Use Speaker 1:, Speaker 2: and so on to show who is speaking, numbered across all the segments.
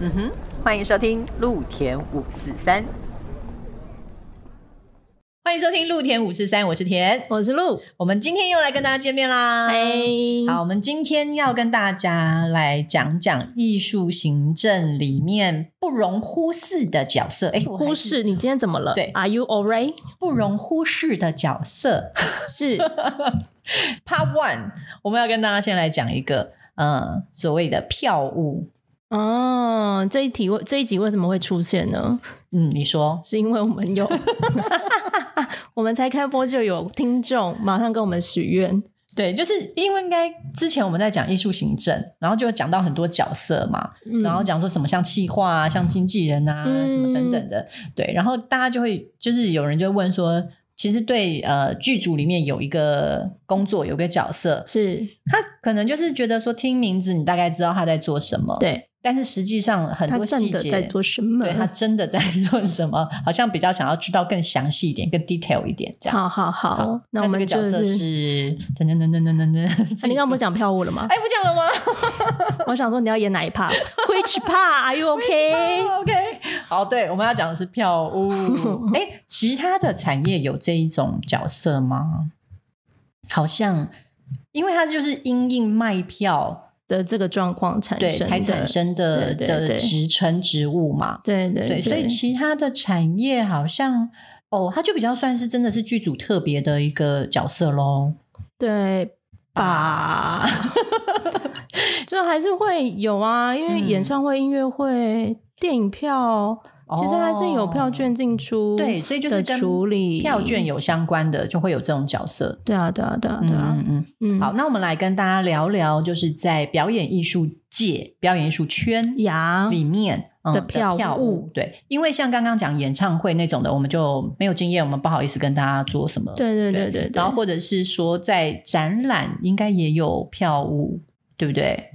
Speaker 1: 嗯哼，欢迎收听露田五四三。欢迎收听露田五四三，我是田。
Speaker 2: 我是鹿，
Speaker 1: 我们今天又来跟大家见面啦。好，我们今天要跟大家来讲讲艺术行政里面不容忽视的角色。哎，我还
Speaker 2: 忽视你今天怎么了？
Speaker 1: 对
Speaker 2: ，Are you alright？
Speaker 1: 不容忽视的角色。
Speaker 2: 是
Speaker 1: Part One，我们要跟大家先来讲一个，呃，所谓的票务。
Speaker 2: 哦，这一题为这一集为什么会出现呢？
Speaker 1: 嗯，你说
Speaker 2: 是因为我们 有， 我们才开播就有听众马上跟我们许愿，
Speaker 1: 对，就是因为应该之前我们在讲艺术行政，然后就讲到很多角色嘛，
Speaker 2: 嗯
Speaker 1: 然后讲说什么像企划啊、像经纪人啊、
Speaker 2: 嗯
Speaker 1: 什么等等的，对，然后大家就会就是有人就问说，其实对呃剧组里面有一个工作有个角色，
Speaker 2: 是
Speaker 1: 他可能就是觉得说听名字你大概知道他在做什么，，
Speaker 2: 对
Speaker 1: 但是实际上很
Speaker 2: 他
Speaker 1: 多
Speaker 2: 真
Speaker 1: 细
Speaker 2: 的
Speaker 1: 节
Speaker 2: 在做嗯什么
Speaker 1: 对？他真的在 做什么，好像比较想要知道更详细一点、更 detail 一点这样。
Speaker 2: 好好好，那我
Speaker 1: 这
Speaker 2: 们
Speaker 1: 个角
Speaker 2: 就
Speaker 1: 色
Speaker 2: 是。
Speaker 1: 是噔噔噔噔噔噔噔，
Speaker 2: 啊、你刚刚不是讲票务了吗？
Speaker 1: 哎，不讲 了吗
Speaker 2: 我想说你要演哪 一 part？Which part？Are you OK？
Speaker 1: ？OK，好，对，我们要讲的是票 务。哎，其他的产业有这一种角色吗？好像，因为它就是因应卖票
Speaker 2: 的这个状况产
Speaker 1: 对
Speaker 2: 生的，
Speaker 1: 才产生的
Speaker 2: 对对
Speaker 1: 的
Speaker 2: 对
Speaker 1: 职称职务嘛。
Speaker 2: 对对
Speaker 1: 对，所以其他的产业好像哦，它就比较算是真的是剧组特别的一个角色喽。
Speaker 2: 对吧？ 就还是会有啊，因为
Speaker 1: 嗯
Speaker 2: 演唱会、音乐会、电影票，其实还是有票券进出、
Speaker 1: 对所以就是
Speaker 2: 的
Speaker 1: 跟
Speaker 2: 处理
Speaker 1: 哦票券。有相关的，就会有这种角色。
Speaker 2: 对啊，对啊，对啊，
Speaker 1: 嗯
Speaker 2: 对啊
Speaker 1: 嗯，嗯。
Speaker 2: 嗯，
Speaker 1: 好，那我们来跟大家聊聊，就是在表演艺术界、表演艺术圈
Speaker 2: 牙
Speaker 1: 里面、嗯、
Speaker 2: 的
Speaker 1: 票
Speaker 2: 票
Speaker 1: 务
Speaker 2: 务。
Speaker 1: 对，因为像刚刚讲演唱会那种的，我们就没有经验，我们不好意思跟大家做什么。
Speaker 2: 对对对对对
Speaker 1: 然后，或者是说，在展览应该也有票务，对不对？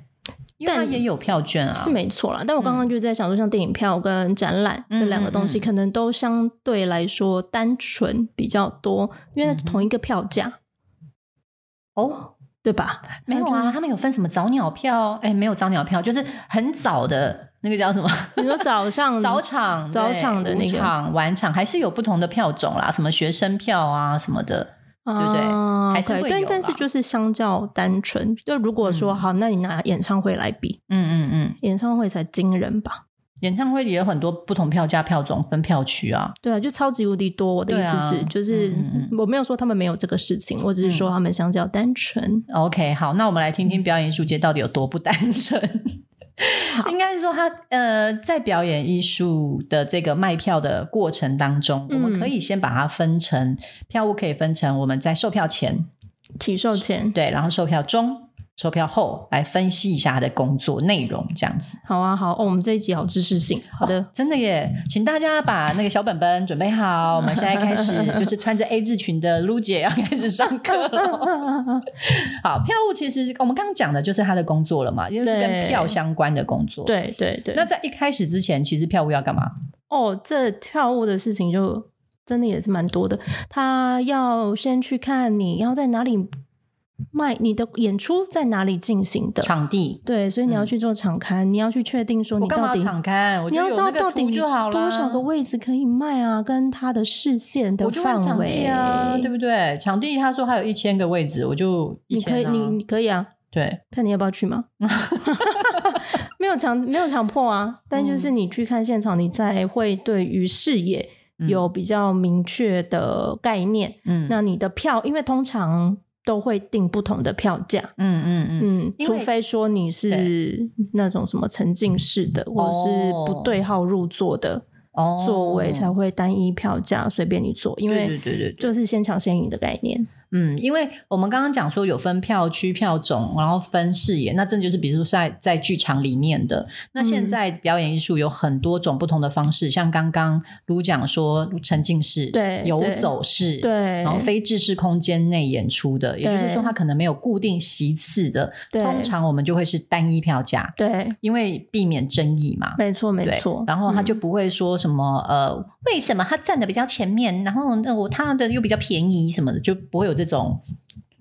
Speaker 1: 因为它
Speaker 2: 但
Speaker 1: 也有票券啊，
Speaker 2: 是没错啦。但我刚刚就在想说，像电影票跟展览
Speaker 1: 嗯
Speaker 2: 这两个东西，
Speaker 1: 嗯嗯
Speaker 2: 可能都相对来说单纯比较多，因
Speaker 1: 嗯
Speaker 2: 为它同一个票价，
Speaker 1: 哦，
Speaker 2: 对吧？
Speaker 1: 没有 啊，他们有分什么早鸟票？哎，没有早鸟票，就是很早的那个叫什么？
Speaker 2: 你说早上
Speaker 1: 早场、
Speaker 2: 嗯早
Speaker 1: 对
Speaker 2: 场的那
Speaker 1: 午
Speaker 2: 个
Speaker 1: 场、晚场还是有不同的票种啦，什么学生票啊什么的。对不对
Speaker 2: 啊
Speaker 1: 还是
Speaker 2: OK，
Speaker 1: 会
Speaker 2: 但
Speaker 1: 有
Speaker 2: 但是
Speaker 1: 啦
Speaker 2: 就是相较单纯，就如果说、
Speaker 1: 嗯
Speaker 2: 好，那你拿演唱会来比，
Speaker 1: 嗯嗯嗯，
Speaker 2: 演唱会才惊人吧？
Speaker 1: 演唱会也有很多不同票价、票种、分票区啊。
Speaker 2: 对啊，就超级无敌多。我的
Speaker 1: 对
Speaker 2: 意思
Speaker 1: 啊
Speaker 2: 是，就是
Speaker 1: 嗯嗯
Speaker 2: 我没有说他们没有这个事情，我只是说他们相较单纯。
Speaker 1: OK，好，那我们来听听表演艺术界到底有多不单纯。应该是说他呃，在表演艺术的这个卖票的过程当中，我们
Speaker 2: 嗯
Speaker 1: 可以先把它分成票务，可以分成我们在售票前
Speaker 2: 起售前，
Speaker 1: 对，然后售票中、售票后来分析一下它的工作内容这样子。
Speaker 2: 好啊，好哦，我们这一集好知识性。好的，
Speaker 1: 真的耶，请大家把那个小本本准备 好，我们现在开始就是穿着 A 字裙的撸姐要开始上 课了。好，票务其实我们刚刚讲的就是他的工作了嘛，因为是跟
Speaker 2: 对
Speaker 1: 票相关的工作。，
Speaker 2: 对对对。
Speaker 1: 那在一开始之前，其实票务要干嘛？
Speaker 2: 哦，这跳舞的事情就真的也是蛮多的。他要先去看你要在哪里卖你的演出在哪里进行的。
Speaker 1: 场地。
Speaker 2: 对，所以你要去做场刊，你要去确定说
Speaker 1: 嗯我
Speaker 2: 你
Speaker 1: 干
Speaker 2: 到
Speaker 1: 嘛
Speaker 2: 底
Speaker 1: 场刊？我
Speaker 2: 你
Speaker 1: 就
Speaker 2: 要
Speaker 1: 有
Speaker 2: 知
Speaker 1: 那
Speaker 2: 道
Speaker 1: 个
Speaker 2: 到底
Speaker 1: 图就好了。
Speaker 2: 多少个位置可以卖啊，跟它的视线的
Speaker 1: 我就问
Speaker 2: 范
Speaker 1: 场地
Speaker 2: 围
Speaker 1: 啊，对不对？场地他说还有一千个位置，我就一
Speaker 2: 你
Speaker 1: 千、啊。
Speaker 2: 可以，你你可以啊，
Speaker 1: 对，
Speaker 2: 看你要不要 去嘛。没有强没有强迫啊，但就是你去看现场，你才会对于视野
Speaker 1: 嗯
Speaker 2: 有比较明确的概念。
Speaker 1: 嗯
Speaker 2: 那你的票，因为通常都会定不同的票价，
Speaker 1: 嗯嗯嗯，
Speaker 2: 嗯，
Speaker 1: 因
Speaker 2: 除
Speaker 1: 为
Speaker 2: 非说你是那种什么沉浸式的，或者是
Speaker 1: 哦
Speaker 2: 不对号入座的
Speaker 1: 哦
Speaker 2: 嗯座位，才会单一票价随便你坐，因
Speaker 1: 对对
Speaker 2: 为
Speaker 1: 对对对。
Speaker 2: 就是先抢先赢的概念。
Speaker 1: 嗯，因为我们刚刚讲说有分票区、票种，然后分视野，那这就是比如说在在剧场里面的。那
Speaker 2: 嗯
Speaker 1: 现在表演艺术有很多种不同的方式，像刚刚卢讲说沉浸式、
Speaker 2: 对
Speaker 1: 游
Speaker 2: 对
Speaker 1: 走式，
Speaker 2: 对
Speaker 1: 然，后非制式空间内演出的，也就是
Speaker 2: 对
Speaker 1: 说它可能没有固定席次的，
Speaker 2: 对
Speaker 1: 通常我们就会是单一票价，
Speaker 2: 对，
Speaker 1: 因为避免争议嘛。
Speaker 2: 没错没
Speaker 1: 对
Speaker 2: 错。
Speaker 1: 然后他
Speaker 2: 嗯
Speaker 1: 就不会说什么、呃，为什么他站的比较前面，然后那我他的又比较便宜什么的，就不会有这种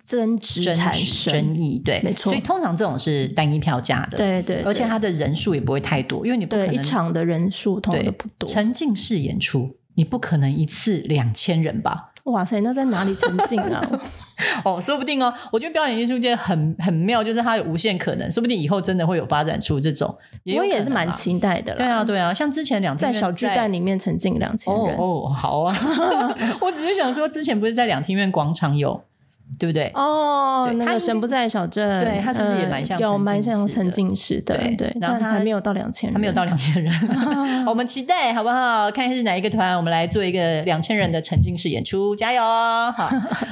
Speaker 2: 争执
Speaker 1: 争
Speaker 2: 产
Speaker 1: 执
Speaker 2: 生，
Speaker 1: 争议，对，
Speaker 2: 没错
Speaker 1: 所以通常这种是单一票价的，，
Speaker 2: 对对，
Speaker 1: 而且
Speaker 2: 对
Speaker 1: 它的人数也不会太多，因为你不可
Speaker 2: 对一
Speaker 1: 能
Speaker 2: 场的人数通常
Speaker 1: 对
Speaker 2: 都不多。
Speaker 1: 沉浸式演出，你不可能一次两千人吧？
Speaker 2: 哇塞，那在哪里沉浸啊？
Speaker 1: 哦，说不定哦，我觉得表演艺术界很很妙，就是它有无限可能，说不定以后真的会有发展出这种， 也有
Speaker 2: 我也
Speaker 1: 可
Speaker 2: 是
Speaker 1: 能
Speaker 2: 蛮
Speaker 1: 吧
Speaker 2: 期待的啦。
Speaker 1: 对啊，对啊，像之前两厅
Speaker 2: 在
Speaker 1: 院
Speaker 2: 小巨蛋里面沉浸两千人。
Speaker 1: 哦哦，好 啊！我只是想说，之前不是在两厅院广场有，对不对？
Speaker 2: 哦
Speaker 1: 对
Speaker 2: 那
Speaker 1: 它
Speaker 2: 个神不在小镇，
Speaker 1: 对它是不是也
Speaker 2: 嗯
Speaker 1: 蛮像
Speaker 2: 有
Speaker 1: 沉
Speaker 2: 蛮
Speaker 1: 浸
Speaker 2: 像
Speaker 1: 式
Speaker 2: 沉
Speaker 1: 的
Speaker 2: 浸式的？
Speaker 1: 对
Speaker 2: 对，
Speaker 1: 然后
Speaker 2: 但
Speaker 1: 它
Speaker 2: 还没有到两千人，
Speaker 1: 还没有到两千人，
Speaker 2: 嗯
Speaker 1: 我们期待好不好？看是哪一个团，我们来做一个两千人的沉浸式演出，加油 哦！好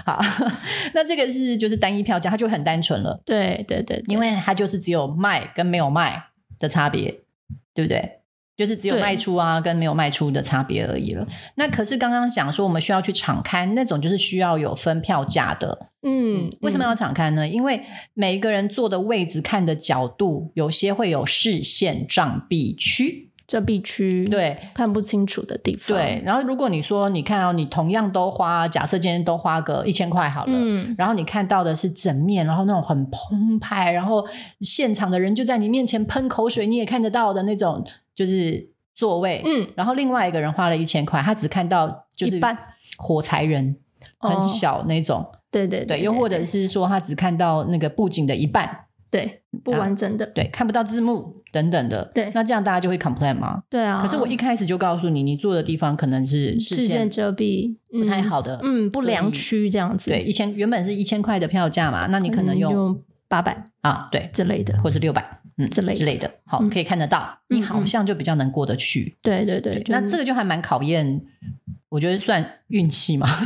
Speaker 1: 好， 那这个是就是单一票价，它就很单纯了，
Speaker 2: 对对对，
Speaker 1: 因为它就是只有卖跟没有卖的差别，对不对？就是只有
Speaker 2: 对
Speaker 1: 卖出啊跟没有卖出的差别而已了。那可是刚刚讲说我们需要去场刊那种，就是需要有分票价的，
Speaker 2: 嗯
Speaker 1: 嗯，，为什么
Speaker 2: 嗯
Speaker 1: 要敞开呢？因为每一个人坐的位置、看的角度，有些会有视线障壁区。
Speaker 2: 这必区
Speaker 1: 对
Speaker 2: 看不清楚的地方？
Speaker 1: 对，，然后如果你说你看哦，你同样都花，假设今天都花个一千块好了。
Speaker 2: 嗯，
Speaker 1: 然后你看到的是整面，然后那种很澎湃，然后现场的人就在你面前喷口水，你也看得到的那种，就是座位。
Speaker 2: 嗯，
Speaker 1: 然后另外一个人花了一千块，他只看到就是
Speaker 2: 一半
Speaker 1: 火柴人，
Speaker 2: 哦
Speaker 1: 很小那种。
Speaker 2: 对对
Speaker 1: 对，又或者是说他只看到那个布景的一半，
Speaker 2: 对不完整的，
Speaker 1: 对，看不到字幕等等的。
Speaker 2: 对
Speaker 1: 那这样大家就会 complain 吗？
Speaker 2: 对啊。嗯
Speaker 1: 可是我一开始就告诉你，你坐的地方可能是
Speaker 2: 视
Speaker 1: 视
Speaker 2: 线
Speaker 1: 线
Speaker 2: 遮蔽
Speaker 1: 不太
Speaker 2: 嗯
Speaker 1: 好的。
Speaker 2: 嗯，不
Speaker 1: 所
Speaker 2: 良
Speaker 1: 以
Speaker 2: 区这样子，
Speaker 1: 对，一千原本是一千块的票价嘛，那你
Speaker 2: 嗯，
Speaker 1: 可能用、
Speaker 2: 用八百
Speaker 1: 啊，对，
Speaker 2: 之类的，
Speaker 1: 或是六百，嗯，
Speaker 2: 之类的
Speaker 1: 之类的，好，
Speaker 2: 嗯
Speaker 1: 可以看得到，
Speaker 2: 嗯
Speaker 1: 你好像就比较能过得去。
Speaker 2: 对对对
Speaker 1: 对，那这个就还蛮考验，我觉得算运气嘛。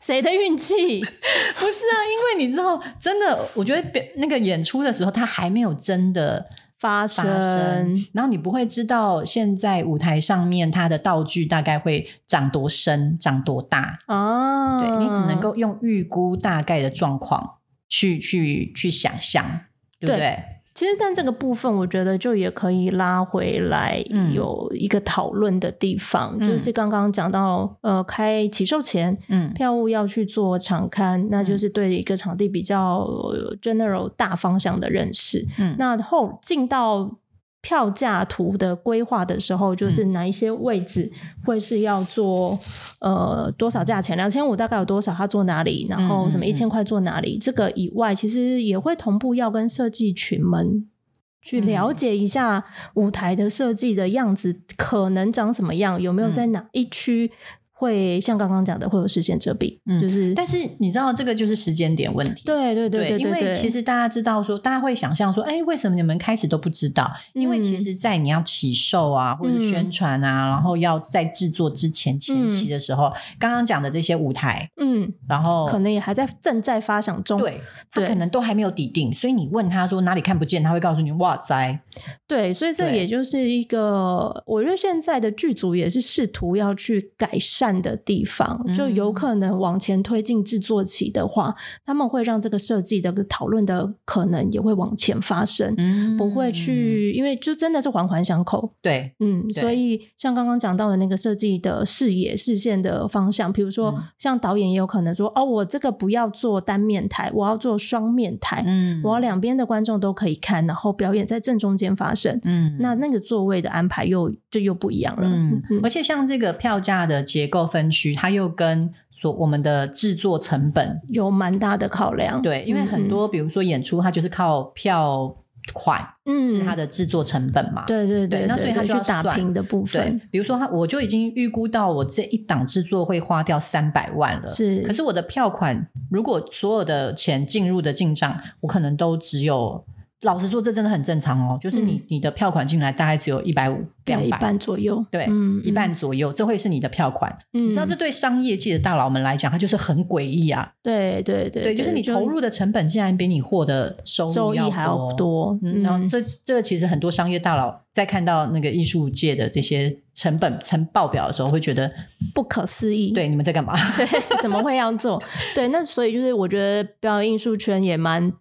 Speaker 2: 谁的运气？
Speaker 1: 不是啊，因为你知道，真的，我觉得表那个演出的时候，他还没有真的
Speaker 2: 发生
Speaker 1: 发生，然后你不会知道现在舞台上面它的道具大概会长多深、长多大，
Speaker 2: 啊！
Speaker 1: 对你只能够用预估大概的状况去去去想象，对不
Speaker 2: 对
Speaker 1: 对？
Speaker 2: 其实，但这个部分我觉得就也可以拉回来，
Speaker 1: 嗯
Speaker 2: 有一个讨论的地方，
Speaker 1: 嗯
Speaker 2: 就是刚刚讲到，呃，开起售前。
Speaker 1: 嗯
Speaker 2: 票务要去做场刊，那就是对一个场地比较呃 general 大方向的认识。
Speaker 1: 嗯，
Speaker 2: 那后进到票价图的规划的时候，
Speaker 1: 嗯
Speaker 2: 就是哪一些位置会是要做、呃多少价钱？两千五大概有多少？它做哪里？然后什么
Speaker 1: 嗯嗯
Speaker 2: 一千块做哪里？这个以外，其实也会同步要跟设计群们。去
Speaker 1: 嗯
Speaker 2: 了解一下舞台的设计的样子，可能长什么样，有没有
Speaker 1: 嗯
Speaker 2: 在哪一区会像刚刚讲的会有视线遮蔽，
Speaker 1: 嗯
Speaker 2: 就是
Speaker 1: 但是你知道这个就是时间点问题。
Speaker 2: 对对对对，
Speaker 1: 因为
Speaker 2: 对
Speaker 1: 其实大家知道说，大家会想象说，哎，为什么你们开始都不知道？因为其
Speaker 2: 嗯
Speaker 1: 实，在你要起售啊，或者是宣传啊，然后要在制作之前前期的时候，刚刚讲的这些舞台，
Speaker 2: 嗯，
Speaker 1: 然后
Speaker 2: 可能也还在正在发想中，
Speaker 1: 对哦他
Speaker 2: 对
Speaker 1: 可能都还没有底定，所以你问他说哪里看不见，他会告诉你哇塞，
Speaker 2: 对，所以这
Speaker 1: 对
Speaker 2: 也就是一个，我觉得现在的剧组也是试图要去改善的地方，就有
Speaker 1: 嗯
Speaker 2: 可能往前推进制作期的话，他们会让这个设计的讨论的可能也会往前发生，
Speaker 1: 嗯
Speaker 2: 不会去，因为就真的是环环相扣。
Speaker 1: 对，
Speaker 2: 嗯，所
Speaker 1: 对
Speaker 2: 以像刚刚讲到的那个设计的视野、视线的方向，比如说
Speaker 1: 嗯
Speaker 2: 像导演也有可能说，哦，我这个不要做单面台，我要做双面台，
Speaker 1: 嗯
Speaker 2: 我要两边的观众都可以看，然后表演在正中间发生。
Speaker 1: 嗯
Speaker 2: 那那个座位的安排又就又不一样了。
Speaker 1: 嗯，
Speaker 2: 嗯
Speaker 1: 而且像这个票价的结构分区，它又跟所我们的制作成本
Speaker 2: 有蛮大的考量。
Speaker 1: 对，因为
Speaker 2: 嗯
Speaker 1: 很多比如说演出，它就是靠票款
Speaker 2: 嗯
Speaker 1: 是它的制作成本嘛，
Speaker 2: 对对
Speaker 1: 对那所以他
Speaker 2: 对
Speaker 1: 就要
Speaker 2: 去打
Speaker 1: 算
Speaker 2: 平的部
Speaker 1: 对
Speaker 2: 分，
Speaker 1: 比如说他我就已经预估到我这一档制作会花掉三百万了，
Speaker 2: 是
Speaker 1: 可是我的票款，如果所有的钱进入的进账，我可能都只有，老实说，这真的很正常哦。就是你、
Speaker 2: 嗯
Speaker 1: 你的票款进来大概只有一百五、
Speaker 2: 对
Speaker 1: 两
Speaker 2: 一
Speaker 1: 百
Speaker 2: 半，左右。
Speaker 1: 对
Speaker 2: 嗯，
Speaker 1: 一半左右，这会是你的票款。
Speaker 2: 嗯。
Speaker 1: 你知道，这对商业界的大佬们来讲，它就是很诡异啊。
Speaker 2: 对对对
Speaker 1: 对，就是你投入的成本竟然比你获得收
Speaker 2: 收
Speaker 1: 入
Speaker 2: 益
Speaker 1: 要
Speaker 2: 还要。多。
Speaker 1: 嗯，然后这这个其实很多商业大佬在看到那个艺术界的这些成本成报表的时候，会觉得
Speaker 2: 不可思议。
Speaker 1: 对你们在干嘛？
Speaker 2: 对，怎么会要做？对，那所以就是我觉得表演艺术圈也蛮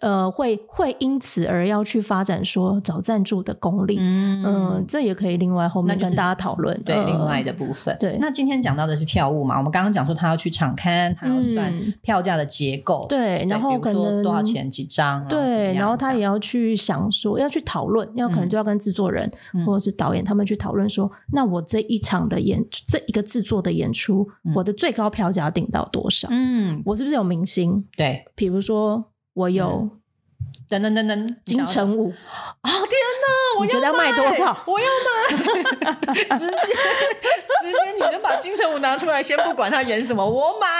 Speaker 2: 呃，会会因此而要去发展说找赞助的功力。
Speaker 1: 嗯
Speaker 2: 嗯、这也可以另外后
Speaker 1: 那
Speaker 2: 面
Speaker 1: 就是
Speaker 2: 跟大家讨论。
Speaker 1: 对，
Speaker 2: 呃
Speaker 1: 另外的部分。
Speaker 2: 对
Speaker 1: 那今天讲到的是票务嘛，我们刚刚讲说他要去场刊，他要算
Speaker 2: 嗯
Speaker 1: 票价的结构，
Speaker 2: 对，然后
Speaker 1: 比
Speaker 2: 可
Speaker 1: 如说
Speaker 2: 能
Speaker 1: 多少钱几张，后怎么
Speaker 2: 对，
Speaker 1: 样
Speaker 2: 然后他也
Speaker 1: 这样
Speaker 2: 要去想说，要去讨论，要可能就要跟制作人、
Speaker 1: 嗯
Speaker 2: 或者是导演他们去讨论说，那我这一场的演，这一个制作的演出，我的最高票价定到多少？
Speaker 1: 嗯，
Speaker 2: 我是不是有明星？
Speaker 1: 对，
Speaker 2: 比如说我有
Speaker 1: 等等等等，嗯你
Speaker 2: 金
Speaker 1: 想要
Speaker 2: 城武，
Speaker 1: 啊，天哪，我
Speaker 2: 你觉得要卖多少？
Speaker 1: 我要买， 直接直接，你能把金城武拿出来，先不管他演什么，我买。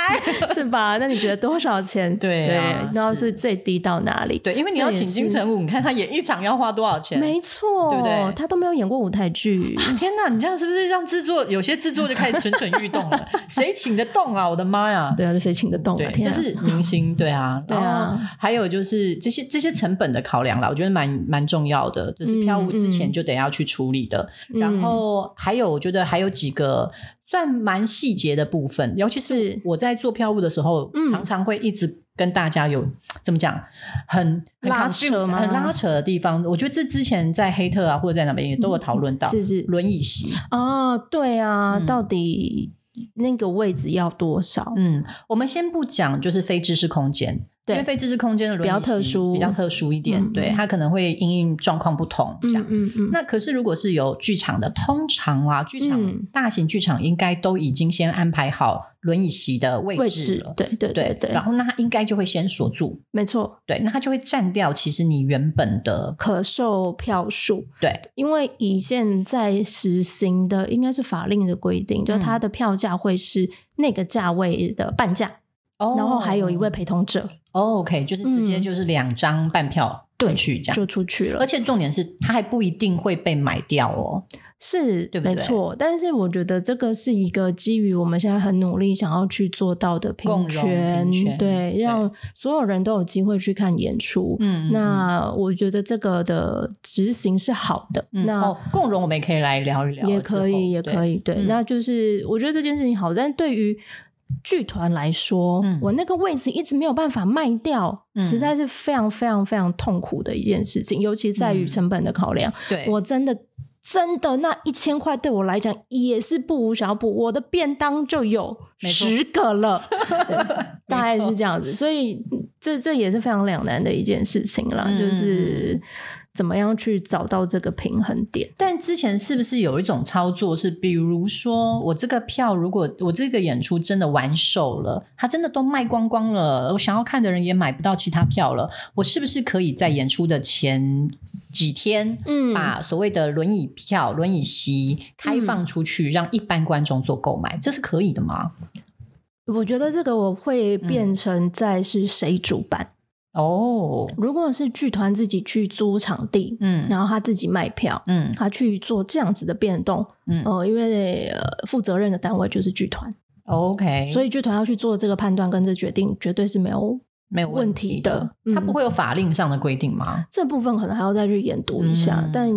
Speaker 2: 是吧？那你觉得多少钱？
Speaker 1: 对啊
Speaker 2: 对，然后
Speaker 1: 是
Speaker 2: 是最低到哪里？
Speaker 1: 对，因为你要请金城武，你看他演一场要花多少钱？
Speaker 2: 没错，
Speaker 1: 对不对
Speaker 2: 他都没有演过舞台 剧，
Speaker 1: 天哪，你这样是不是让制作有些制作就开始蠢蠢欲动了？谁请得动啊？我的妈呀！
Speaker 2: 对啊，这谁请得动
Speaker 1: 对
Speaker 2: 啊？，天
Speaker 1: 这
Speaker 2: 啊！
Speaker 1: 是明 星，对啊，
Speaker 2: 对啊
Speaker 1: 然后还有就是这些这些成本的考量啦，我觉得蛮蛮重要的，这是票务之前就得要去处理的。
Speaker 2: 嗯
Speaker 1: 然后还有，我觉得还有几个算蛮细节的部分，尤其是
Speaker 2: 是
Speaker 1: 我在做票务的时候，
Speaker 2: 嗯
Speaker 1: 常常会一直。跟大家有怎么讲，很很
Speaker 2: 拉
Speaker 1: confused，
Speaker 2: 扯吗
Speaker 1: 很拉扯的地方，我觉得这之前在黑特啊或者在哪边也都有讨论到，
Speaker 2: 嗯是是
Speaker 1: 轮椅席，
Speaker 2: 哦，对啊，
Speaker 1: 嗯
Speaker 2: 到底那个位置要多少？
Speaker 1: 嗯，我们先不讲就是非知识空间，
Speaker 2: 对
Speaker 1: 因为非知识空间的轮椅
Speaker 2: 比较特
Speaker 1: 席
Speaker 2: 殊
Speaker 1: 比较特殊一点，
Speaker 2: 嗯
Speaker 1: 对，它可能会因应状况不同这样。
Speaker 2: 嗯嗯，
Speaker 1: 那可是，如果是有剧场的，通常啦，剧场、
Speaker 2: 嗯
Speaker 1: 大型剧场应该都已经先安排好轮椅席的位
Speaker 2: 位
Speaker 1: 置
Speaker 2: 置
Speaker 1: 了，，
Speaker 2: 对对对对
Speaker 1: 然，后那它应该就会先锁住，
Speaker 2: 没错，
Speaker 1: 对，那它就会占掉其实你原本的
Speaker 2: 可售票数，
Speaker 1: 对，
Speaker 2: 因为以现在实行的应该是法令的规定，
Speaker 1: 嗯
Speaker 2: 就它的票价会是那个价位的半价，
Speaker 1: 哦
Speaker 2: 然后还有一位陪同者
Speaker 1: 哦 OK，就是直接
Speaker 2: 嗯
Speaker 1: 就是两张半票
Speaker 2: 对
Speaker 1: 出去这样，
Speaker 2: 就出去了
Speaker 1: 而。且重点是它还不一定会被买掉哦，
Speaker 2: 是，
Speaker 1: 对不对
Speaker 2: 没错。但是我觉得这个是一个基于我们现在很努力想要去做到的
Speaker 1: 共荣
Speaker 2: 平权，
Speaker 1: 平权
Speaker 2: 对，
Speaker 1: 对
Speaker 2: 让所有人都有机会去看演出。
Speaker 1: 嗯，嗯嗯
Speaker 2: 那我觉得这个的执行是好的，
Speaker 1: 嗯
Speaker 2: 那、
Speaker 1: 哦、共融我们也可以来聊一聊之后，
Speaker 2: 也可以，也可
Speaker 1: 以，
Speaker 2: 以，对，
Speaker 1: 嗯
Speaker 2: 那就是我觉得这件事情好，但对于剧团来说，
Speaker 1: 嗯
Speaker 2: 我那个位置一直没有办法卖掉，
Speaker 1: 嗯
Speaker 2: 实在是非常非常非常痛苦的一件事情，尤其在于
Speaker 1: 嗯
Speaker 2: 成本的考量，
Speaker 1: 对，
Speaker 2: 我真的。真的，那一千块对我来讲也是不无小补。我的便当就有
Speaker 1: 没错
Speaker 2: 十 个了，对大概是这样子。所以这这也是非常两难的一件事情啦，
Speaker 1: 嗯
Speaker 2: 就是怎么样去找到这个平衡点。
Speaker 1: 但之前是不是有一种操作是，比如说我这个票，如果我这个演出真的完售了，它真的都卖光光了，我想要看的人也买不到其他票了，我是不是可以在演出的前几天？
Speaker 2: 嗯
Speaker 1: 把所谓的轮椅票、轮椅席开放出去，让一般观众做购买，这是可以的吗？
Speaker 2: 我觉得这个我会变成在是谁主办。
Speaker 1: 哦，
Speaker 2: 如果是剧团自己去租场地，
Speaker 1: 嗯
Speaker 2: 然后他自己卖票，
Speaker 1: 嗯
Speaker 2: 他去做这样子的变动，
Speaker 1: 嗯
Speaker 2: 呃，因为呃负责任的单位就是剧团，
Speaker 1: 嗯，OK，
Speaker 2: 所以剧团要去做这个判断跟这决定，绝对是没有
Speaker 1: 没有
Speaker 2: 问
Speaker 1: 题
Speaker 2: 题的。
Speaker 1: 它
Speaker 2: 嗯
Speaker 1: 不会有法令上的规定吗？
Speaker 2: 这部分可能还要再去研读一下，
Speaker 1: 嗯
Speaker 2: 但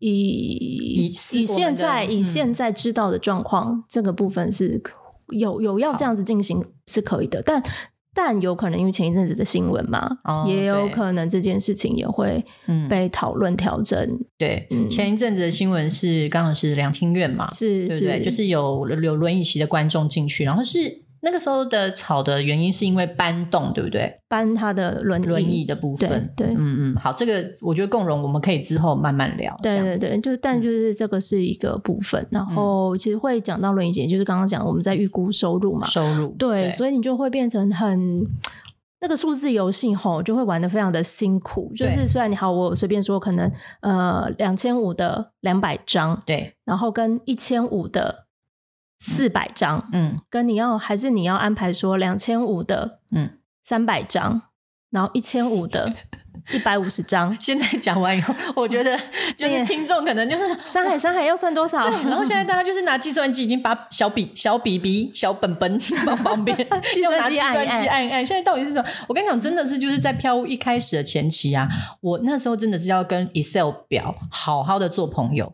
Speaker 2: 以
Speaker 1: 是我
Speaker 2: 以
Speaker 1: 们
Speaker 2: 现
Speaker 1: 的
Speaker 2: 在以
Speaker 1: 嗯
Speaker 2: 现在知道的状况，这个部分是有有要这样子进行是可以的，但但有可能因为前一阵子的新闻嘛，
Speaker 1: 哦
Speaker 2: 也有
Speaker 1: 对
Speaker 2: 可能这件事情也会
Speaker 1: 嗯
Speaker 2: 被讨论调整，
Speaker 1: 对，
Speaker 2: 嗯
Speaker 1: 前一阵子的新闻是刚好是两厅院嘛，对
Speaker 2: 是
Speaker 1: 不
Speaker 2: 是
Speaker 1: 对？就是有有轮椅席的观众进去，然后是那个时候的吵的原因是因为搬动，对不对？
Speaker 2: 搬他的轮
Speaker 1: 轮椅的部分，
Speaker 2: 对对
Speaker 1: 嗯嗯，好，这个我觉得共融我们可以之后慢慢聊，这
Speaker 2: 对
Speaker 1: 样嗯
Speaker 2: 对对，就但就是这个是一个部分，然后其实会讲到轮椅节，就是刚刚讲我们在预估收入嘛，
Speaker 1: 收入
Speaker 2: 对，所以你就会变成很那个数字游戏吼，就会玩的非常的辛苦。就
Speaker 1: 对
Speaker 2: 是虽然你好，我随便说，可能呃两千五的两百张，
Speaker 1: 对，
Speaker 2: 然后跟一千五的四百张，
Speaker 1: 嗯
Speaker 2: 跟你要还是你要安排说两千五的
Speaker 1: 嗯。
Speaker 2: 三百张，然后一千五的一百五十 张
Speaker 1: 现在讲完以后，我觉 得就是
Speaker 2: 对
Speaker 1: 听众可能就是
Speaker 2: 山海，山海要算多少？
Speaker 1: 对，然后现在大家就是拿计算机，已经把小笔、小笔笔、小本本放旁边，
Speaker 2: 计
Speaker 1: 要拿
Speaker 2: 算
Speaker 1: 计
Speaker 2: 机按
Speaker 1: 算
Speaker 2: 一
Speaker 1: 机
Speaker 2: 按
Speaker 1: 按一按。现在到底是什么？我跟你讲，真的是就是在飘忽一开始的前期啊，我那时候真的是要跟 Excel 表好好的做朋友。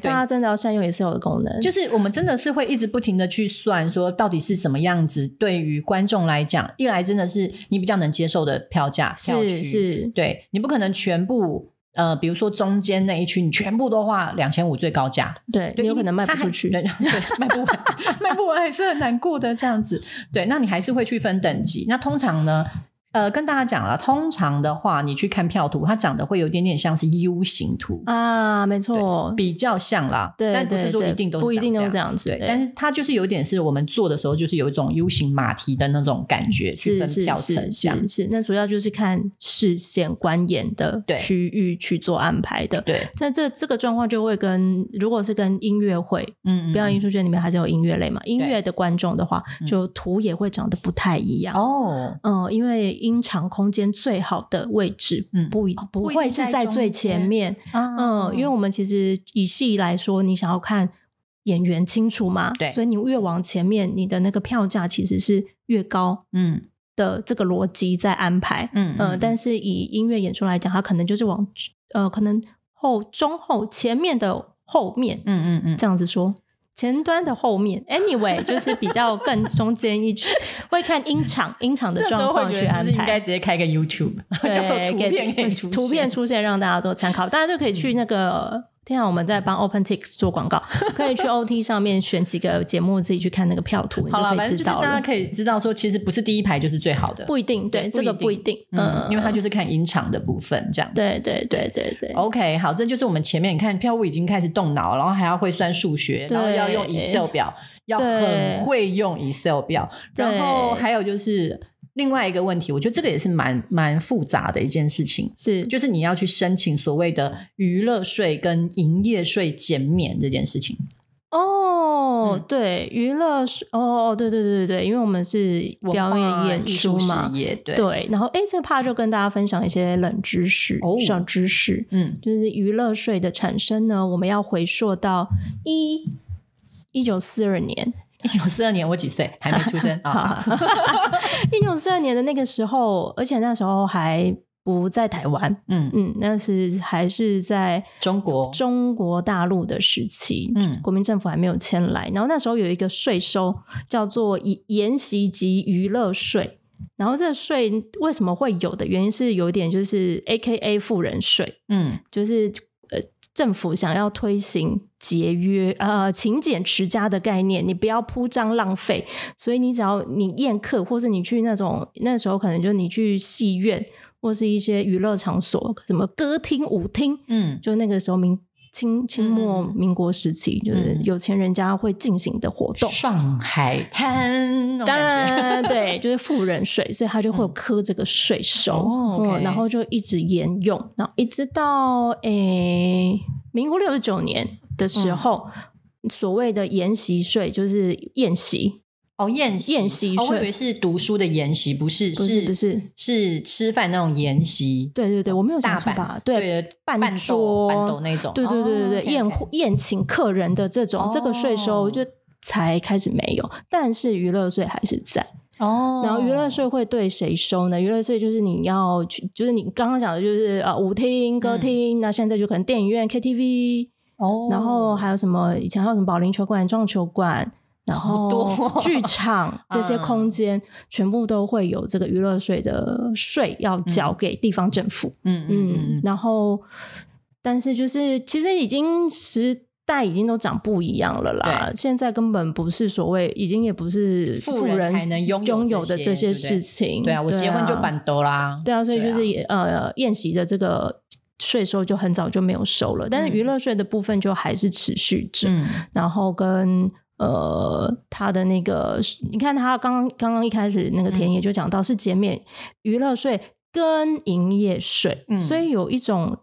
Speaker 1: 对
Speaker 2: 大家真的要善用 Excel 的功能。
Speaker 1: 就是我们真的是会一直不停的去算，说到底是什么样子。对于观众来讲，一来真的是你比较能接受的票价票
Speaker 2: 是
Speaker 1: 区，
Speaker 2: 是，
Speaker 1: 对你不可能全部呃，比如说中间那一区，你全部都画两千五最高价，
Speaker 2: 对
Speaker 1: 对
Speaker 2: 你有可能卖不
Speaker 1: 它还
Speaker 2: 出去。
Speaker 1: 对，对卖不完，卖不完还是很难过的这样子。对，那你还是会去分等级。那通常呢，呃，跟大家讲了，通常的话，你去看票图，它长得会有点点像是 U 型图，
Speaker 2: 啊，没错，
Speaker 1: 比较像啦，
Speaker 2: 对，
Speaker 1: 但不是
Speaker 2: 对
Speaker 1: 说
Speaker 2: 对
Speaker 1: 一定都是
Speaker 2: 不一定都
Speaker 1: 长
Speaker 2: 这
Speaker 1: 这样。
Speaker 2: 样子。
Speaker 1: 对，但是它就是有点是我们做的时候，就是有一种 U 型马蹄的那种感觉，去
Speaker 2: 是
Speaker 1: 分
Speaker 2: 是
Speaker 1: 票成
Speaker 2: 是
Speaker 1: 这样
Speaker 2: 是。是，那主要就是看视线观演的
Speaker 1: 对
Speaker 2: 区域去做安排的。
Speaker 1: 对，
Speaker 2: 在这这个状况就会跟，如果是跟音乐会、
Speaker 1: 嗯，嗯
Speaker 2: 表演艺
Speaker 1: 嗯
Speaker 2: 术圈里面还是有音乐类嘛，音乐的观众的话
Speaker 1: 嗯，
Speaker 2: 就图也会长得不太一样。
Speaker 1: 哦，
Speaker 2: 嗯，因为音场空间最好的位置
Speaker 1: 嗯
Speaker 2: 不一、不
Speaker 1: 不一定
Speaker 2: 会是
Speaker 1: 在
Speaker 2: 在
Speaker 1: 中
Speaker 2: 最
Speaker 1: 间
Speaker 2: 前面，
Speaker 1: 啊
Speaker 2: 嗯，因为我们其实以戏来说，你想要看演员清楚嘛，
Speaker 1: 对
Speaker 2: 所以你越往前面，你的那个票价其实是越高
Speaker 1: 嗯
Speaker 2: 的这个逻辑在安排。
Speaker 1: 嗯
Speaker 2: 呃，但
Speaker 1: 是
Speaker 2: 是以音乐演出来讲，它可能就是往呃，可能后中后前面的后面、
Speaker 1: 嗯嗯嗯
Speaker 2: 这样子说。前端的后面，anyway，就是比较更中间一区， 会看音场音场的
Speaker 1: 这时
Speaker 2: 状
Speaker 1: 候
Speaker 2: 况
Speaker 1: 会觉
Speaker 2: 去
Speaker 1: 得是
Speaker 2: 安
Speaker 1: 不是应
Speaker 2: 排
Speaker 1: 该。直接开个 YouTube，然后就有
Speaker 2: 对，
Speaker 1: 图
Speaker 2: 给
Speaker 1: 片可以出
Speaker 2: 图片
Speaker 1: 现
Speaker 2: 出现让大家做参考，大家就可以去那个。天啊，我们在帮 OpenTix 做广告，可以去 OT 上面选几个节目，自己去看那个票图，你
Speaker 1: 好
Speaker 2: 就
Speaker 1: 了，
Speaker 2: 可
Speaker 1: 反
Speaker 2: 以
Speaker 1: 正就
Speaker 2: 知
Speaker 1: 是
Speaker 2: 道
Speaker 1: 大家
Speaker 2: 了。
Speaker 1: 可以知道说，其实不是第一排就是最好的，
Speaker 2: 不一定，
Speaker 1: 对
Speaker 2: 对，
Speaker 1: 不
Speaker 2: 这
Speaker 1: 一
Speaker 2: 个不一
Speaker 1: 定
Speaker 2: 定，
Speaker 1: 嗯，因为它
Speaker 2: 就
Speaker 1: 就是哦看音场的部分这样。
Speaker 2: 对对对对对，
Speaker 1: OK，好，这就是我们前面你看票务已经开始动脑，然后还要会算数学，
Speaker 2: 对
Speaker 1: 然后要用 Excel 表，要
Speaker 2: 对
Speaker 1: 很会用 Excel 表，
Speaker 2: 对
Speaker 1: 然后还有就是另外一个问题，我觉得这个也是蛮蛮复杂的一件事情，
Speaker 2: 是
Speaker 1: 就是你要去申请所谓的娱乐税跟营业税减免这件事情。
Speaker 2: 哦
Speaker 1: 嗯，
Speaker 2: 对，娱乐是哦哦，对对对对对，因为我们是表
Speaker 1: 啊
Speaker 2: 演演出嘛，
Speaker 1: 也对，
Speaker 2: 对，然后哎，这怕就跟大家分享一些冷知识
Speaker 1: 哦、
Speaker 2: 小知识，
Speaker 1: 嗯，
Speaker 2: 就是娱乐税的产生呢，我们要回溯到一一九四二年，
Speaker 1: 一九四二年我几岁？还没出 生啊。
Speaker 2: 一九四二年的那个时候，而且那时候还不在台湾，
Speaker 1: 嗯，
Speaker 2: 嗯，那是还是在
Speaker 1: 中国，
Speaker 2: 中国大陆的时期，
Speaker 1: 嗯
Speaker 2: 国民政府还没有迁来，然后那时候有一个税收叫做以研习及娱乐税。然后这个税为什么会有的原因是有一点就是 A K A 富人税，
Speaker 1: 嗯
Speaker 2: 就是呃，政府想要推行节约呃勤俭持家的概念，你不要铺张浪费，所以你只要你宴客，或是你去那种那时候可能就你去戏院或是一些娱乐场所，什么歌厅、舞厅，
Speaker 1: 嗯
Speaker 2: 就那个时候明清清末
Speaker 1: 嗯
Speaker 2: 民国时期，就是
Speaker 1: 嗯
Speaker 2: 有钱人家会进行的活动。
Speaker 1: 上海滩，那种
Speaker 2: 当
Speaker 1: 感觉，嗯
Speaker 2: 然，对，就是富人税，所以他就会有磕这个税收，
Speaker 1: 哦
Speaker 2: 嗯
Speaker 1: OK
Speaker 2: 然后就一直沿用，然后一直到诶、民国六十九年的时候，
Speaker 1: 嗯
Speaker 2: 所谓的研习税就是宴席，
Speaker 1: 哦，宴席
Speaker 2: 宴席
Speaker 1: 哦，我以
Speaker 2: 睡
Speaker 1: 为是读书的研习，不是，
Speaker 2: 不是不是
Speaker 1: 是吃饭那种研习，
Speaker 2: 对对对，我没有
Speaker 1: 大
Speaker 2: 讲错
Speaker 1: 板
Speaker 2: 吧？对，
Speaker 1: 对，
Speaker 2: 伴
Speaker 1: 伴奏
Speaker 2: 桌
Speaker 1: 伴奏那种，哦
Speaker 2: 对对对对对，宴
Speaker 1: 会，
Speaker 2: 会宴请客人的这种，这个税
Speaker 1: 哦
Speaker 2: 收就才开始没有，但是娱乐税还是在。
Speaker 1: 哦
Speaker 2: 然后娱乐税会对谁收呢？娱乐税就是你要去，就是你刚刚讲的，就是呃舞厅、
Speaker 1: 嗯
Speaker 2: 歌厅，那、现在就可能电影院、KTV，、
Speaker 1: 哦，
Speaker 2: 然后还有什么以前还有什么保龄球馆、撞球馆，然
Speaker 1: 好
Speaker 2: 后
Speaker 1: 多 嗯哦
Speaker 2: 剧场这些空间，全部都会有这个娱乐税的税要缴给地方政府。
Speaker 1: 嗯嗯
Speaker 2: 嗯，
Speaker 1: 嗯嗯，
Speaker 2: 然后但是就是其实已经时代已经都长不一样了啦，现在根本不是所谓，已经也不是
Speaker 1: 富
Speaker 2: 富
Speaker 1: 人
Speaker 2: 人
Speaker 1: 才能拥有
Speaker 2: 拥
Speaker 1: 这
Speaker 2: 有的
Speaker 1: 些
Speaker 2: 这
Speaker 1: 对
Speaker 2: 些
Speaker 1: 不对
Speaker 2: 事情。
Speaker 1: 对啊，我结婚就
Speaker 2: 办。
Speaker 1: 板豆啦，
Speaker 2: 对啊，所以
Speaker 1: 对
Speaker 2: 就
Speaker 1: 啊
Speaker 2: 是也、呃宴席的这个税收就很早就没有收了，但是
Speaker 1: 嗯
Speaker 2: 娱乐税的部分就还是持续着。
Speaker 1: 嗯
Speaker 2: 然后跟呃他的那个，你看他刚刚刚刚一开始那个田野就讲到是减免娱乐税跟营业税，
Speaker 1: 嗯
Speaker 2: 所以有一种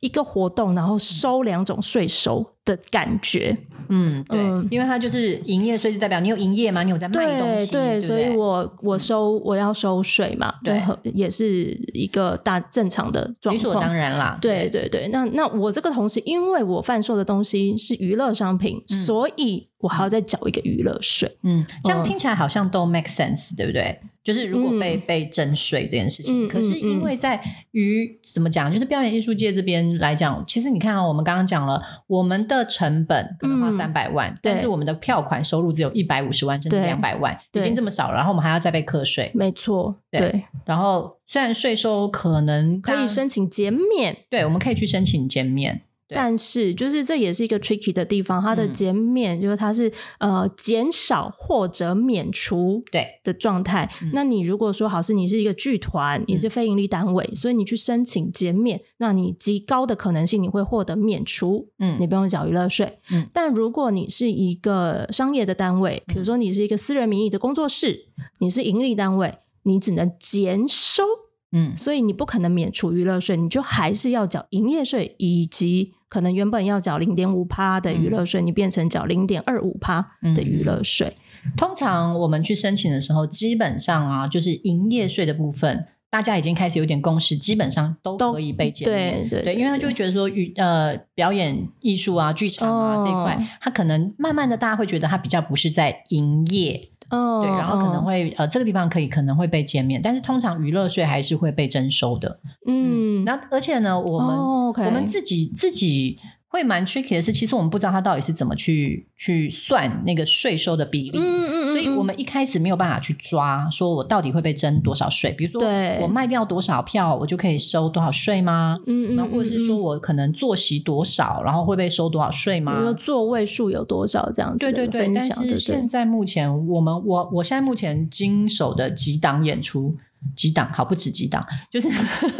Speaker 2: 一个活动然后收两种税收的感觉，
Speaker 1: 嗯，对，
Speaker 2: 嗯
Speaker 1: 因为它就是营业，所以就代表你有营业嘛，你有在卖东
Speaker 2: 对
Speaker 1: 西，对不对，嗯
Speaker 2: 所以我我收我要收税嘛，
Speaker 1: 对
Speaker 2: 和也是一个大正常的状
Speaker 1: 理所当
Speaker 2: 况。
Speaker 1: 然啦，
Speaker 2: 对对对，那那我这个同时，因为我贩售的东西是娱乐商品，所以我还要再缴一个娱乐税。
Speaker 1: 嗯，这样
Speaker 2: 嗯
Speaker 1: 听起来好像都 make sense，对不对？就是如果被、
Speaker 2: 嗯
Speaker 1: 被征税这件事情，
Speaker 2: 嗯
Speaker 1: 可是因为在于怎么讲，就是表演艺术界这边来讲，其实你看啊、我们刚刚讲了，我们的成本可能花
Speaker 2: 嗯
Speaker 1: 三百万、但是我们的票款收入只有一百五十万甚至
Speaker 2: 对
Speaker 1: 两百万，已
Speaker 2: 对
Speaker 1: 经这么少了，然后我们还要再被课税，
Speaker 2: 没错，
Speaker 1: 对
Speaker 2: 对，
Speaker 1: 然后虽然税收可能
Speaker 2: 可以
Speaker 1: 当，
Speaker 2: 申请减免，
Speaker 1: 对，我们可以去申请减免，对
Speaker 2: 但是就是这也是一个 tricky 的地方，它的
Speaker 1: 嗯
Speaker 2: 减免、就是它是呃减少或者免除
Speaker 1: 对，
Speaker 2: 的状态。
Speaker 1: 嗯
Speaker 2: 那你如果说好是你是一个剧团，你是非盈利单位，所以你去申请减免，那你极高的可能性你会获得免除，
Speaker 1: 嗯
Speaker 2: 你不用缴娱乐税。
Speaker 1: 嗯
Speaker 2: 但如果你是一个商业的单位，比如说你是一个私人名义的工作室，你是盈利单位，你只能减收，
Speaker 1: 嗯
Speaker 2: 所以你不可能免除娱乐税，你就还是要缴营业税以及。可能原本要缴零点五趴的
Speaker 1: 嗯
Speaker 2: 娱乐税，你变成缴零点二五趴的娱乐税。
Speaker 1: 通常我们去申请的时候，基本上啊，就是营业税的部分，大家已经开始有点共识，基本上都
Speaker 2: 都
Speaker 1: 可以被减免。
Speaker 2: 对对
Speaker 1: 因为他就会觉得说，与呃表演艺术啊、剧场啊、
Speaker 2: 哦
Speaker 1: 这一块，他可能慢慢的大家会觉得他比较不是在营业，
Speaker 2: 哦，
Speaker 1: 对，然后可能会呃这个地方可以可能会被减免，但是通常娱乐税还是会被征收的。
Speaker 2: 嗯，
Speaker 1: 那而且呢，我们、
Speaker 2: 哦，OK
Speaker 1: 我们自己自己会蛮 tricky 的是，其实我们不知道他到底是怎么去去算那个税收的比例。
Speaker 2: 嗯
Speaker 1: 所以我们一开始没有办法去抓，说我到底会被征多少税。比如说，
Speaker 2: 对
Speaker 1: 我卖掉多少票，我就可以收多少税吗？
Speaker 2: 嗯嗯，
Speaker 1: 然后或者是说我可能坐席多少，然后会被收多少税吗
Speaker 2: 比？如说座位数有多少这样子
Speaker 1: 对对
Speaker 2: 的
Speaker 1: 对，
Speaker 2: 分
Speaker 1: 但
Speaker 2: 享，对
Speaker 1: 是
Speaker 2: 不对
Speaker 1: 现？在目前我们我我现在目前经手的几档演出，几档好不止几档，就是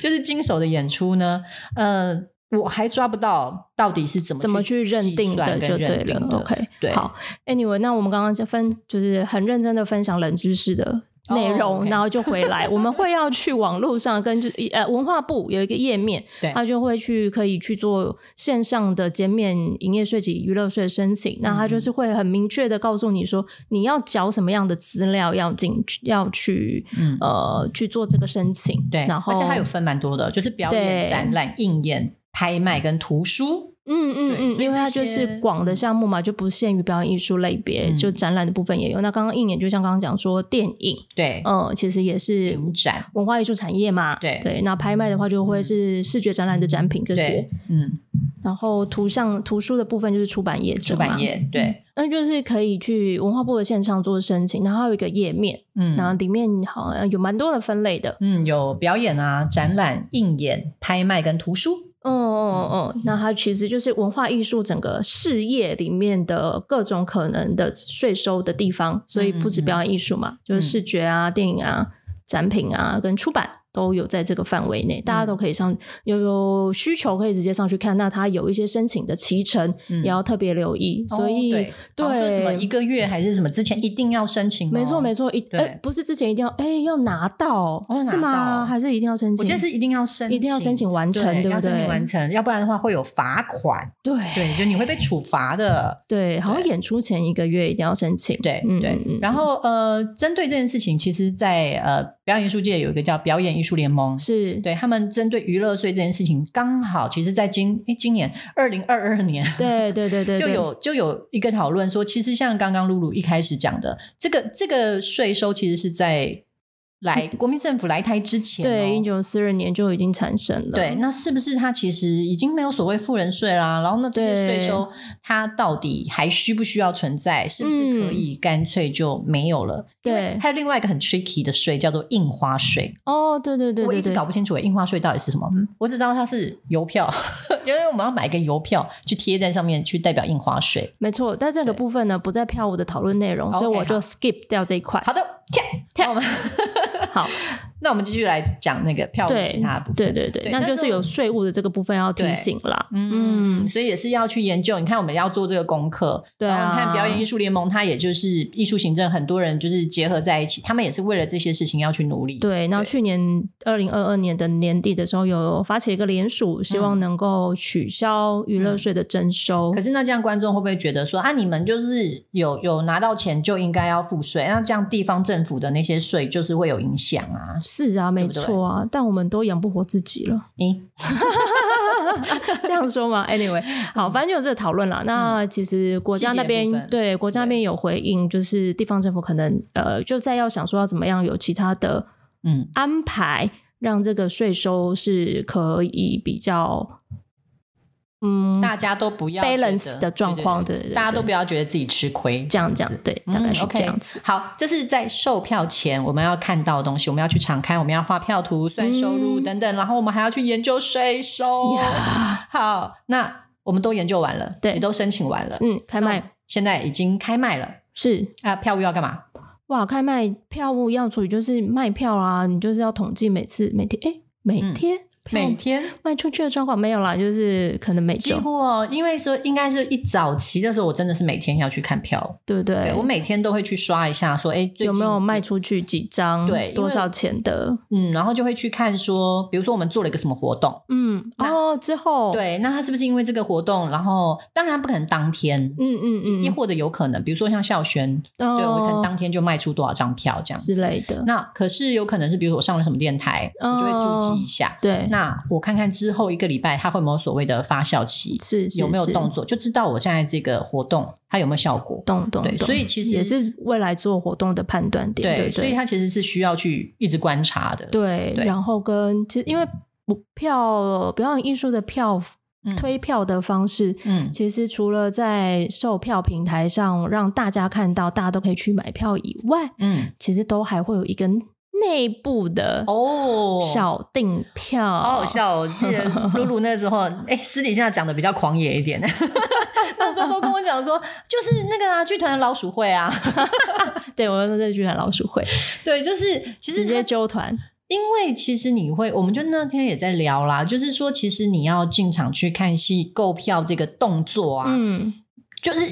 Speaker 1: 就是经手的演出呢，呃，我还抓不到到底是怎么
Speaker 2: 怎么去认定
Speaker 1: 计算
Speaker 2: 的
Speaker 1: 跟
Speaker 2: 就
Speaker 1: 认
Speaker 2: 对了
Speaker 1: 定的
Speaker 2: ，OK，
Speaker 1: 对
Speaker 2: 好，Anyway，那我们刚刚就分就是很认真的分享冷知识的内容
Speaker 1: 哦，OK
Speaker 2: 然后就回来，我们会要去网络上根据呃文化部有一个页面，
Speaker 1: 对
Speaker 2: 他就会去可以去做线上的减免营业税及娱乐税的申请，那他
Speaker 1: 嗯
Speaker 2: 就是会很明确的告诉你说你要缴什么样的资料要进去要去
Speaker 1: 嗯
Speaker 2: 呃去做这个申请，
Speaker 1: 对，
Speaker 2: 然后
Speaker 1: 而且它有分蛮多的，就是表演、
Speaker 2: 对
Speaker 1: 展览、应演、拍卖跟图书。
Speaker 2: 嗯嗯
Speaker 1: 对
Speaker 2: 嗯，
Speaker 1: 所以
Speaker 2: 因
Speaker 1: 这
Speaker 2: 为它就
Speaker 1: 些
Speaker 2: 是广的项目嘛，就不限于表演艺术类别，
Speaker 1: 嗯
Speaker 2: 就展览的部分也有。那刚刚一眼就像刚刚讲说电影，
Speaker 1: 对，
Speaker 2: 嗯，其实也是
Speaker 1: 影展，
Speaker 2: 文化艺术产业嘛，
Speaker 1: 对嗯
Speaker 2: 对。那拍卖的话就会是视觉展览的展品这些
Speaker 1: 对，，嗯，
Speaker 2: 然后图像图书的部分就是出版业者
Speaker 1: 出
Speaker 2: 嘛
Speaker 1: 版，业，对，
Speaker 2: 那就是可以去文化部的线上做申请，然后还有一个页面，然后
Speaker 1: 嗯。
Speaker 2: 里面好像有蛮多的分类的，
Speaker 1: 嗯，有表演啊、展览、应演、拍卖跟图书。
Speaker 2: 哦哦哦，那它其实就是文化艺术整个事业里面的各种可能的税收的地方，所以
Speaker 1: 嗯
Speaker 2: 不止表演艺术嘛，就是视觉啊、电影啊、展品啊跟出版都有在这个范围内，
Speaker 1: 嗯
Speaker 2: 大家都可以上有有需求可以直接上去看。那它有一些申请的期程、
Speaker 1: 嗯
Speaker 2: 也要特别留意，所以、
Speaker 1: 哦对，好像说什么
Speaker 2: 对
Speaker 1: 一个月还是什么之前一定要申请、哦
Speaker 2: 没错没
Speaker 1: 错，
Speaker 2: 错，一
Speaker 1: 对
Speaker 2: 哎、不是之前一定要哎、要拿到、
Speaker 1: 哦
Speaker 2: 是
Speaker 1: 拿到
Speaker 2: 吗？还是一定要申请？
Speaker 1: 我记得是一定要申请，
Speaker 2: 一定要申请完成，对
Speaker 1: 要
Speaker 2: 不
Speaker 1: 申
Speaker 2: 对
Speaker 1: 请？完成，要不然的话会有罚款，
Speaker 2: 对
Speaker 1: 对，就你会被处罚的。
Speaker 2: 对，好像
Speaker 1: 对
Speaker 2: 演出前一个月一定要申请。
Speaker 1: 对
Speaker 2: 嗯
Speaker 1: 对
Speaker 2: 嗯嗯，
Speaker 1: 然后呃，针对这件事情，其实在，呃表演艺术界有一个叫表演艺术联盟，
Speaker 2: 是，
Speaker 1: 对他们针对娱乐税这件事情，刚好其实在今诶今年二零二二年。
Speaker 2: 对对 对对，
Speaker 1: 就
Speaker 2: 对
Speaker 1: 有就有一个讨论说，其实像刚刚露露一开始讲的，这个这个税收其实是在来 国民政府来台之前、哦，
Speaker 2: 对一九四二年就已经产生了。
Speaker 1: 对，那是不是它其实已经没有所谓富人税啦？然后那这些税收，它到底还需不需要存在？是不是可以干脆就没有了？
Speaker 2: 嗯对
Speaker 1: 因为还有另外一个很 tricky 的税叫做印花税，
Speaker 2: 哦，对对对
Speaker 1: 我
Speaker 2: 对
Speaker 1: 一直
Speaker 2: 对
Speaker 1: 搞，不清楚欸印花税到底是什么。嗯我只知道它是邮票，因为我们要买一个邮票去贴在上面，去代表印花税。
Speaker 2: 没错。但这个
Speaker 1: 对
Speaker 2: 部分呢，不在票务的讨论内容，所以
Speaker 1: OK，
Speaker 2: 我就
Speaker 1: 好
Speaker 2: skip 掉这一块
Speaker 1: 好。的，跳
Speaker 2: 跳
Speaker 1: 跳我们。
Speaker 2: 好，
Speaker 1: 那我们继续来讲那个票务
Speaker 2: 对
Speaker 1: 其他的部分。
Speaker 2: 对对对，
Speaker 1: 对
Speaker 2: 那
Speaker 1: 但
Speaker 2: 就是是
Speaker 1: 我
Speaker 2: 有税务的这个部分要提
Speaker 1: 对
Speaker 2: 醒啦。
Speaker 1: 嗯，所以也是要去研究。你看，我们要做这个功课。
Speaker 2: 对
Speaker 1: 然后你
Speaker 2: 啊
Speaker 1: 看表演艺术联盟，它也就是艺术行政，很多人就是结合在一起，他们也是为了这些事情要去努力。
Speaker 2: 对，那去年二零二二年的年底的时候，有发起一个联署，希望能够取消娱乐税的征收。
Speaker 1: 嗯可是那这样观众会不会觉得说啊，你们就是有有拿到钱就应该要付税，那这样地方政府的那些税就是会有影响啊？
Speaker 2: 是啊，没
Speaker 1: 不对
Speaker 2: 错啊，但我们都养不活自己了，
Speaker 1: 咦，
Speaker 2: 这样说吗？Anyway，好，反正就有这个讨论啦。那其实国家
Speaker 1: 嗯
Speaker 2: 那
Speaker 1: 细节部
Speaker 2: 边
Speaker 1: 分
Speaker 2: 对国家那边有回应，就是地方政府可能呃就在要想说要怎么样有其他的
Speaker 1: 嗯，
Speaker 2: 安排，让这个税收是可以比较嗯
Speaker 1: 大家都不要觉得
Speaker 2: balance 的状况，，对对
Speaker 1: 对
Speaker 2: 对，
Speaker 1: 大家都
Speaker 2: 对
Speaker 1: 不要觉得自己吃亏。
Speaker 2: 这样这样，对，大概是这样
Speaker 1: 嗯
Speaker 2: 子。
Speaker 1: o k 好，这是在售票前我们要看到的东西，我们要去敞开，我们要画票图、算收入
Speaker 2: 嗯
Speaker 1: 等等，然后我们还要去研究税收。好，那我们都研究完了，
Speaker 2: 对
Speaker 1: 也都申请完了，
Speaker 2: 嗯，开
Speaker 1: 那
Speaker 2: 卖
Speaker 1: 现在已经开卖了。
Speaker 2: 是
Speaker 1: 啊，票务要干嘛？
Speaker 2: 哇，开卖票务要处理就是卖票啊，你就是要统计每次每天哎每
Speaker 1: 嗯
Speaker 2: 天票
Speaker 1: 每天
Speaker 2: 卖出去的状况没有啦，就是可能每
Speaker 1: 几
Speaker 2: 周
Speaker 1: 乎哦，因为说应该是一早期的时候，我真的是每天要去看票，
Speaker 2: 对不对
Speaker 1: 对？我每天都会去刷一下说，哎，最近
Speaker 2: 有没有卖出去几张？
Speaker 1: 对因为
Speaker 2: 多少钱的？
Speaker 1: 嗯，然后就会去看说，比如说我们做了一个什么活动，
Speaker 2: 嗯，
Speaker 1: 那
Speaker 2: 哦，之后，
Speaker 1: 对，那他是不是因为这个活动，然后当然不可能当天，
Speaker 2: 嗯嗯嗯，哦
Speaker 1: 亦或者有可能，比如说像孝轩，对我可能当天就卖出多少张票这样
Speaker 2: 之
Speaker 1: 子。
Speaker 2: 类的，
Speaker 1: 那可是有可能是，比如说我上了什么电台，
Speaker 2: 哦
Speaker 1: 我就会注记一下。
Speaker 2: 对，
Speaker 1: 那我看看之后一个礼拜，它会有没有所谓的发酵期，
Speaker 2: 是是
Speaker 1: 有没有
Speaker 2: 是
Speaker 1: 动作，就知道我现在这个活动它有没有效果。
Speaker 2: 动动
Speaker 1: 对，
Speaker 2: 动，
Speaker 1: 所以其实
Speaker 2: 也是未来做活动的判断点，
Speaker 1: 对，
Speaker 2: 对，
Speaker 1: 所以它其实是需要去一直观察的。
Speaker 2: 对，
Speaker 1: 对
Speaker 2: 然后跟其实因为不票表演艺术的票
Speaker 1: 嗯
Speaker 2: 推票的方式，
Speaker 1: 嗯，
Speaker 2: 其实除了在售票平台上让大家看到，大家都可以去买票以外，
Speaker 1: 嗯
Speaker 2: 其实都还会有一个内部的
Speaker 1: 哦，
Speaker 2: 小订票，
Speaker 1: 好好笑、哦！我记 得露露那时候，哎、私底下讲的比较狂野一点， 那时候都跟我讲说，就是那个啊，剧团的老鼠会啊，
Speaker 2: 对我们这居然老鼠会
Speaker 1: 对，就是其实他
Speaker 2: 直接揪团，
Speaker 1: 因为其实你会，我们就那天也在聊啦，就是说，其实你要进场去看戏、购票这个动作啊，
Speaker 2: 嗯。
Speaker 1: 就是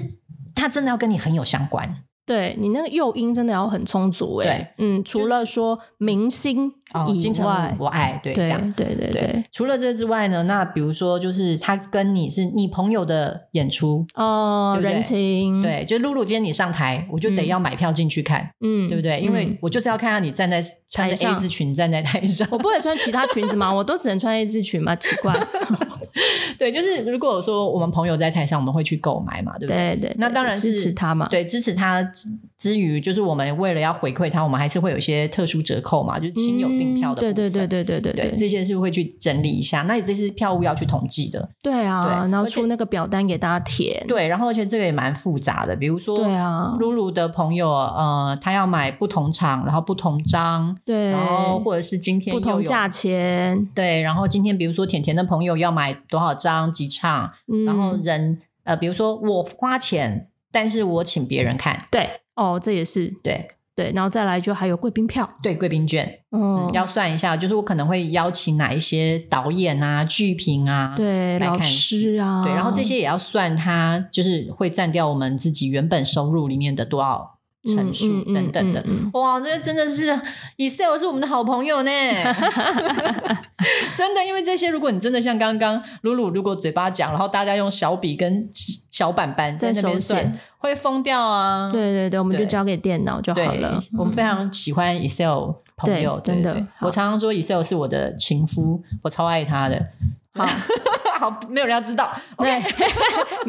Speaker 1: 它真的要跟你很有相关
Speaker 2: 对你那个诱因真的要很充足哎、
Speaker 1: 对
Speaker 2: 嗯，除了说明星
Speaker 1: 哦。进
Speaker 2: 以
Speaker 1: 场
Speaker 2: 外，
Speaker 1: 我爱对这
Speaker 2: 对
Speaker 1: 样。
Speaker 2: 对对对，
Speaker 1: 除了这之外呢，那比如说就是他跟你是你朋友的演出，
Speaker 2: 哦，
Speaker 1: 对不对
Speaker 2: 人情，，
Speaker 1: 对，就露露今天你上台，我就得
Speaker 2: 嗯
Speaker 1: 要买票进去看，
Speaker 2: 嗯，
Speaker 1: 对不对？因为
Speaker 2: 嗯
Speaker 1: 我就是要看到你站在穿着
Speaker 2: 台
Speaker 1: A
Speaker 2: 上
Speaker 1: 字裙站在台上。
Speaker 2: 我不会穿其他裙子嘛，我都只能穿 A 字裙嘛，奇怪，
Speaker 1: 对，就是如果说我们朋友在台上，我们会去购买嘛，对不对？
Speaker 2: 对对，
Speaker 1: 那
Speaker 2: 对
Speaker 1: 当然是
Speaker 2: 支持他嘛，
Speaker 1: 对，支持他之之余，就是我们为了要回馈他，我们还是会有一些特殊折扣嘛，就是
Speaker 2: 嗯，
Speaker 1: 亲友订票的部
Speaker 2: 对
Speaker 1: 分、
Speaker 2: 对对对对对
Speaker 1: 对
Speaker 2: 对
Speaker 1: 这些是会去整理一下。那这是票务要去统计的，
Speaker 2: 对啊，
Speaker 1: 对
Speaker 2: 然后
Speaker 1: 而且
Speaker 2: 出那个表单给大家填，
Speaker 1: 对。然后而且这个也蛮复杂的，比如说，
Speaker 2: 对啊，
Speaker 1: 露露的朋友，呃，他要买不同场，然后不同张，
Speaker 2: 对，
Speaker 1: 然后或者是今天
Speaker 2: 不
Speaker 1: 又
Speaker 2: 同
Speaker 1: 有
Speaker 2: 价钱，
Speaker 1: 对，然后今天比如说甜甜的朋友要买多少张几场，
Speaker 2: 嗯，
Speaker 1: 然后人呃，比如说我花钱，但是我请别人看，
Speaker 2: 对，哦，这也是
Speaker 1: 对
Speaker 2: 对，然后再来就还有贵宾票，
Speaker 1: 对，贵宾券、
Speaker 2: 嗯
Speaker 1: 嗯，要算一下，就是我可能会邀请哪一些导演啊、剧评啊，
Speaker 2: 对，
Speaker 1: 来
Speaker 2: 老
Speaker 1: 看
Speaker 2: 师啊，
Speaker 1: 对，然后这些也要算它，就是会占掉我们自己原本收入里面的多少成数
Speaker 2: 嗯嗯
Speaker 1: 等等的。
Speaker 2: 嗯嗯嗯
Speaker 1: 哇，这真的是 Excel 是我们的好朋友 呢，真的，因为这些，如果你真的像刚刚鲁鲁，如果嘴巴讲，然后大家用小笔跟小板板在
Speaker 2: 在
Speaker 1: 那边
Speaker 2: 手
Speaker 1: 算，
Speaker 2: 写，
Speaker 1: 会疯掉啊。
Speaker 2: 嗯对对对，我们就
Speaker 1: 对
Speaker 2: 交给电脑就
Speaker 1: 对
Speaker 2: 好了，嗯
Speaker 1: 我们非常喜欢 Excel 朋友，对
Speaker 2: 对真的
Speaker 1: 对对
Speaker 2: 好
Speaker 1: 我常常说 Excel 是我的情夫，我超爱他的。
Speaker 2: 好，
Speaker 1: 好，没有人要知道
Speaker 2: 对
Speaker 1: ，OK，，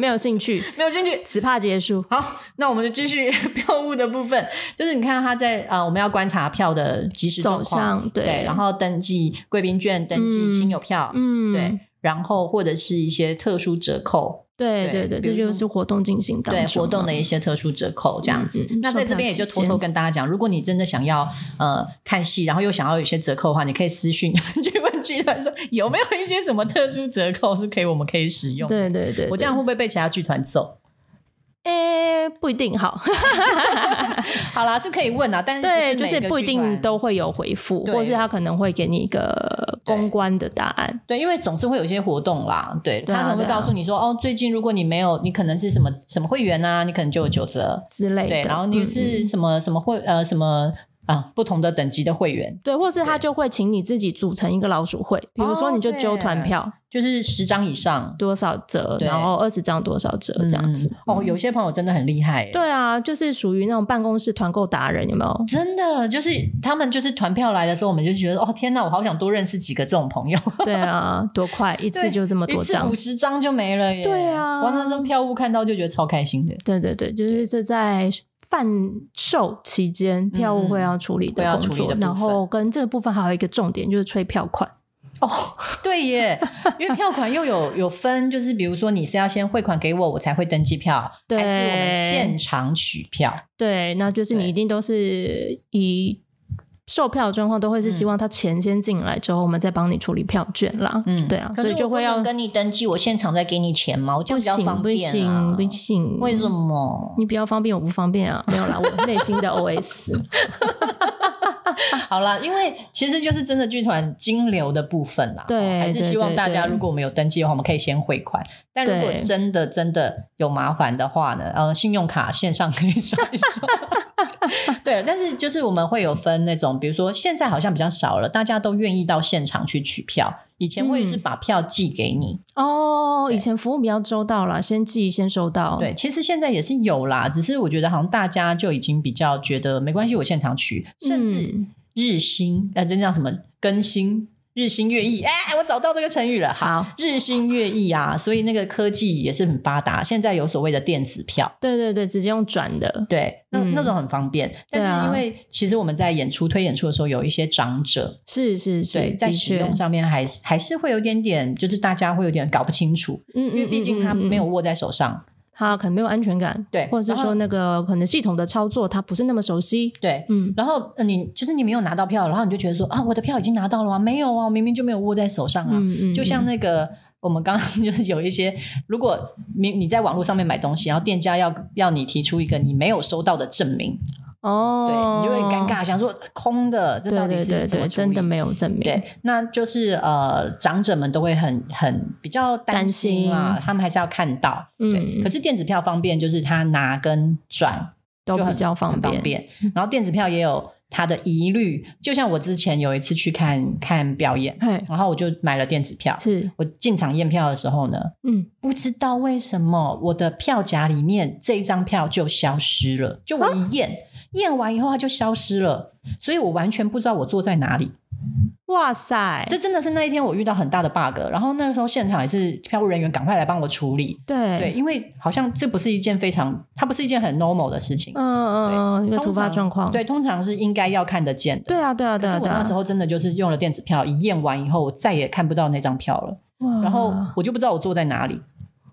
Speaker 2: 没有兴趣，
Speaker 1: 没有兴趣。
Speaker 2: 此怕结束，
Speaker 1: 好，那我们就继续 票务的部分，就是你看他在啊、呃我们要观察票的及时状
Speaker 2: 走
Speaker 1: 况，
Speaker 2: 向
Speaker 1: 对
Speaker 2: 对，
Speaker 1: 然后登记贵宾券、登记
Speaker 2: 嗯
Speaker 1: 亲友票，
Speaker 2: 嗯，
Speaker 1: 对，然后或者是一些特殊折扣，
Speaker 2: 对
Speaker 1: 对
Speaker 2: 对对，
Speaker 1: 比
Speaker 2: 这
Speaker 1: 如
Speaker 2: 就
Speaker 1: 说
Speaker 2: 是活动进行当
Speaker 1: 对
Speaker 2: 中
Speaker 1: 活动的
Speaker 2: 嘛
Speaker 1: 一些特殊折扣这样子。
Speaker 2: 嗯嗯
Speaker 1: 那在这边也就偷偷跟大家讲，如果你真的想要呃看戏，然后又想要有一些折扣的话，你可以私讯呃去问剧团说有没有一些什么特殊折扣是可以我们可以使用。
Speaker 2: 对对对，
Speaker 1: 我这样
Speaker 2: 对
Speaker 1: 会不会被其他剧团揍？
Speaker 2: 诶、不一 定好，
Speaker 1: 好啦，是可以问啊，但是
Speaker 2: 对，
Speaker 1: 不
Speaker 2: 就是是
Speaker 1: 每个
Speaker 2: 不一
Speaker 1: 剧团
Speaker 2: 定都会有回复，
Speaker 1: 对
Speaker 2: 或是他可能会给你一个公关的答案。
Speaker 1: 对，因为总是会有一些活动啦，对，
Speaker 2: 对啊
Speaker 1: 他可能会
Speaker 2: 对啊
Speaker 1: 告诉你说，哦，最近如果你没有，你可能是什么什么会员啊，你可能就有九折，
Speaker 2: 之类的，
Speaker 1: 对，然后你
Speaker 2: 嗯
Speaker 1: 是什么、什么会呃什么啊不同的等级的会员，
Speaker 2: 对，或是他就会请你自己组成一个老鼠会，比如
Speaker 1: 哦
Speaker 2: 说你就揪团票
Speaker 1: 就是十张以上
Speaker 2: 多少折，
Speaker 1: 对
Speaker 2: 然后二十张多少折这样子。
Speaker 1: 嗯哦，有些朋友真的很厉害耶，
Speaker 2: 对啊，就是属于那种办公室团购达人，有没有？
Speaker 1: 真的就是
Speaker 2: 嗯
Speaker 1: 他们就是团票来的时候，我们就觉得哦天哪，我好想多认识几个这种朋 友，
Speaker 2: 对啊，多快，一次
Speaker 1: 对
Speaker 2: 就这么
Speaker 1: 一
Speaker 2: 多
Speaker 1: 次
Speaker 2: 张
Speaker 1: 五。十张就没了耶。
Speaker 2: 对啊
Speaker 1: 哇，那张票务看到就觉得超开心 的，
Speaker 2: 对对对，就是这在贩售期间票务会要处理
Speaker 1: 嗯会
Speaker 2: 的
Speaker 1: 要
Speaker 2: 工
Speaker 1: 处理
Speaker 2: 作，
Speaker 1: 的部
Speaker 2: 然后
Speaker 1: 分
Speaker 2: 跟这个部分还有一个重点就是催票款。
Speaker 1: 哦，对耶，因为票款又 有有分，就是比如说你是要先汇款给我，我才会登机票，
Speaker 2: 对
Speaker 1: 还是我们现场取票？
Speaker 2: 对，那就是你
Speaker 1: 对
Speaker 2: 一定都是以售票的状况都会是希望他钱先进来之后，我们再帮你处理票券啦。
Speaker 1: 嗯
Speaker 2: 对啊，
Speaker 1: 可
Speaker 2: 所
Speaker 1: 是
Speaker 2: 以就
Speaker 1: 我不
Speaker 2: 会
Speaker 1: 能
Speaker 2: 要
Speaker 1: 跟你登记，我现场再给你钱吗？我这
Speaker 2: 不
Speaker 1: 样比较
Speaker 2: 行
Speaker 1: 方
Speaker 2: 不
Speaker 1: 便
Speaker 2: 行
Speaker 1: 啊。
Speaker 2: 不行，
Speaker 1: 为什？么？
Speaker 2: 你比较方便，我不方便啊！没有啦，我内心 的 OS。
Speaker 1: 好啦，因为其实就是真的剧团金流的部分啦，
Speaker 2: 对
Speaker 1: 哦还是希望
Speaker 2: 对
Speaker 1: 大家
Speaker 2: 对
Speaker 1: 如果我们有登记的话，我们可以先汇款。但如果
Speaker 2: 对
Speaker 1: 真的真的有麻烦的话呢，呃，信用卡线上可以刷一刷。 对，但是就是我们会有分那种，比如说现在好像比较少了，大家都愿意到现场去取票。以前会是
Speaker 2: 嗯
Speaker 1: 把票寄给你，
Speaker 2: 哦，
Speaker 1: 对
Speaker 2: 以前服务比较周到啦，先寄先收到。
Speaker 1: 对，其实现在也是有啦，只是我觉得好像大家就已经比较觉得没关系，我现场取，甚至
Speaker 2: 嗯
Speaker 1: 日新，呃，这叫什么？更新，日新月异。哎、我找到这个成语了。好，
Speaker 2: 好，
Speaker 1: 日新月异啊，所以那个科技也是很发达。现在有所谓的电子票，
Speaker 2: 对对对，直接用转的。
Speaker 1: 对，那、
Speaker 2: 嗯
Speaker 1: 那种很方便。但
Speaker 2: 对啊
Speaker 1: 是因为其实我们在演出推演出的时候，有一些长者，
Speaker 2: 是是
Speaker 1: 对，
Speaker 2: 是，
Speaker 1: 在
Speaker 2: 的
Speaker 1: 使
Speaker 2: 确，
Speaker 1: 用上面还还是会有点点，就是大家会有点搞不清楚，
Speaker 2: 嗯
Speaker 1: 因为毕竟他没有，
Speaker 2: 嗯嗯嗯嗯
Speaker 1: 握在手上。
Speaker 2: 他可能没有安全感，
Speaker 1: 对
Speaker 2: 或者是
Speaker 1: 然后
Speaker 2: 说那个可能系统的操作他不是那么熟悉。
Speaker 1: 对，
Speaker 2: 嗯，
Speaker 1: 然后呃你就是你没有拿到票，然后你就觉得说啊，我的票已经拿到了吗？没有啊，我明明就没有握在手上啊。
Speaker 2: 嗯嗯，
Speaker 1: 就像那个我们刚 刚就是有一些，如果你你在网络上面买东西，然后店家要要你提出一个你没有收到的证明，
Speaker 2: 哦，
Speaker 1: 对你就会很尴。尬，想说空的，这
Speaker 2: 对
Speaker 1: 到底
Speaker 2: 对
Speaker 1: 是
Speaker 2: 对
Speaker 1: 怎么
Speaker 2: 对，
Speaker 1: 处
Speaker 2: 真的
Speaker 1: 理
Speaker 2: 没有证明。
Speaker 1: 对，那就是呃，长者们都会很很比较担心
Speaker 2: 担
Speaker 1: 啊，
Speaker 2: 心
Speaker 1: 他们还是要看到。对，
Speaker 2: 嗯
Speaker 1: 可是电子票方便，就是他拿跟转
Speaker 2: 都
Speaker 1: 就
Speaker 2: 比
Speaker 1: 很
Speaker 2: 较方
Speaker 1: 很
Speaker 2: 便。
Speaker 1: 方便。然后电子票也有它的疑虑，就像我之前有一次去看看表演，
Speaker 2: 嘿，
Speaker 1: 然后我就买了电子票。
Speaker 2: 是，
Speaker 1: 我进场验票的时候呢，
Speaker 2: 嗯，
Speaker 1: 不知道为什么我的票夹里面这一张票就消失了，就
Speaker 2: 啊
Speaker 1: 我一验、验完以后它就消失了，所以我完全不知道我坐在哪里。
Speaker 2: 哇塞，
Speaker 1: 这真的是那一天我遇到很大的 bug，然后那个时候现场也是票务人员赶快来帮我处理。
Speaker 2: 对
Speaker 1: 对，因为好像这不是一件非常，它不是一件很 normal 的事情。
Speaker 2: 嗯嗯嗯，一个
Speaker 1: 通
Speaker 2: 突发
Speaker 1: 常
Speaker 2: 状况。
Speaker 1: 对，通常是应该要看得见的。
Speaker 2: 对啊对啊对
Speaker 1: 可
Speaker 2: 啊
Speaker 1: 是我
Speaker 2: 对
Speaker 1: 那时
Speaker 2: 啊。
Speaker 1: 候真的就是用了电子票，一验完以后，我再也看不到那张票了，然
Speaker 2: 然
Speaker 1: 后我就不知道我坐在哪里。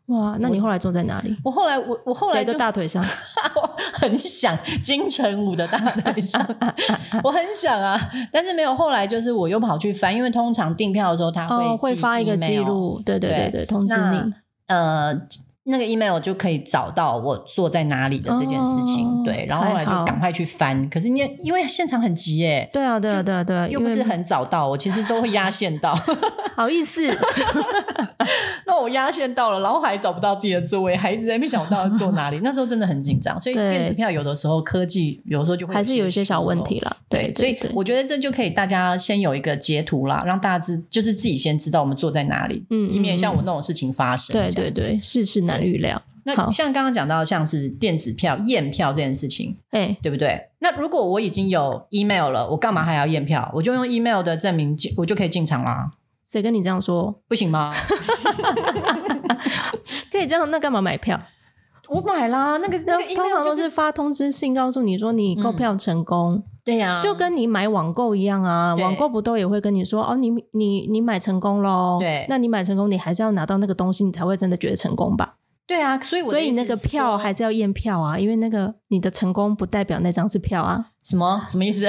Speaker 2: 哇，那
Speaker 1: 我
Speaker 2: 你后来坐在哪里？
Speaker 1: 我后来我我后来
Speaker 2: 谁的
Speaker 1: 就
Speaker 2: 大腿上？
Speaker 1: 我很想金城武的大腿上， 我很想啊，但是没有。后来就是我又跑去翻，因为通常订票的时候他
Speaker 2: 哦，
Speaker 1: 会
Speaker 2: 会
Speaker 1: 寄
Speaker 2: 发一个
Speaker 1: email
Speaker 2: 记，录，对对
Speaker 1: 对
Speaker 2: 对对，通知
Speaker 1: 那
Speaker 2: 你。
Speaker 1: 呃，那个 email 就可以找到我坐在哪里的这件事情。
Speaker 2: 哦
Speaker 1: 对，然后后来就
Speaker 2: 还好
Speaker 1: 赶快去翻。可是你也因为现场很急耶、
Speaker 2: 对啊对啊对啊对啊，
Speaker 1: 又
Speaker 2: 因
Speaker 1: 不
Speaker 2: 为
Speaker 1: 是很早到，我其实都会压线到。
Speaker 2: 好意思。
Speaker 1: 那我压线到了，然后还找不到自己的座位，还一直在没想我到底坐哪里。那时候真的很紧张，所以
Speaker 2: 对
Speaker 1: 电子票有的时候科技有时候就会
Speaker 2: 还是有一些小问
Speaker 1: 疏漏
Speaker 2: 题啦。
Speaker 1: 哦对，所
Speaker 2: 对
Speaker 1: 以
Speaker 2: 对，
Speaker 1: 我觉得这就可以大家先有一个截图啦，让大家知就是自己先知道我们坐在哪里，
Speaker 2: 嗯
Speaker 1: 以免
Speaker 2: 嗯
Speaker 1: 像我
Speaker 2: 嗯
Speaker 1: 那种事情发生。
Speaker 2: 对
Speaker 1: 这
Speaker 2: 对
Speaker 1: 样子。
Speaker 2: 对，世事难预料。
Speaker 1: 那
Speaker 2: 好
Speaker 1: 像刚刚讲到像是电子票、验票这件事情，
Speaker 2: 哎，
Speaker 1: 对不对？那如果我已经有 email 了，我干嘛还要验票？我就用 email 的证明进，我就可以进场啦，
Speaker 2: 谁跟你这样说？
Speaker 1: 不行吗？
Speaker 2: 可以这样，那干嘛买票？
Speaker 1: 我买啦，那个那
Speaker 2: 那
Speaker 1: 个
Speaker 2: 通常
Speaker 1: email
Speaker 2: 都
Speaker 1: 就是
Speaker 2: 是发通知信告诉你说你购票成功，
Speaker 1: 对呀
Speaker 2: 就跟你买网购一样啊。
Speaker 1: 对
Speaker 2: 网购不都也会跟你说哦，你你你买成功喽？
Speaker 1: 对
Speaker 2: 那你买成功，你还是要拿到那个东西，你才会真的觉得成功吧？
Speaker 1: 对啊，所以我的
Speaker 2: 所以
Speaker 1: 意思
Speaker 2: 那个
Speaker 1: 是说
Speaker 2: 票还 是要验票啊，因为那个你的成功不代表那张是票啊。
Speaker 1: 什么什么意思？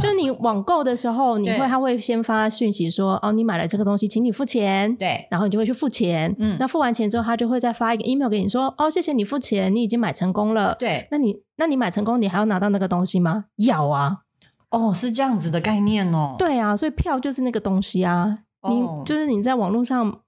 Speaker 2: 就是你网购的时候，你会
Speaker 1: 对
Speaker 2: 他会先发讯息说，哦，你买了这个东西，请你付钱。
Speaker 1: 对，
Speaker 2: 然后你就会去付钱，
Speaker 1: 嗯
Speaker 2: 那付完钱之后，他就会再发一个 email 给你说，哦，谢谢你付钱，你已经买成功了。
Speaker 1: 对，
Speaker 2: 那你那你买成功，你还要拿到那个东西吗？要啊，
Speaker 1: 哦，是这样子的概念哦。
Speaker 2: 对啊，所以票就是那个东西啊，
Speaker 1: 哦
Speaker 2: 你就是你在网络上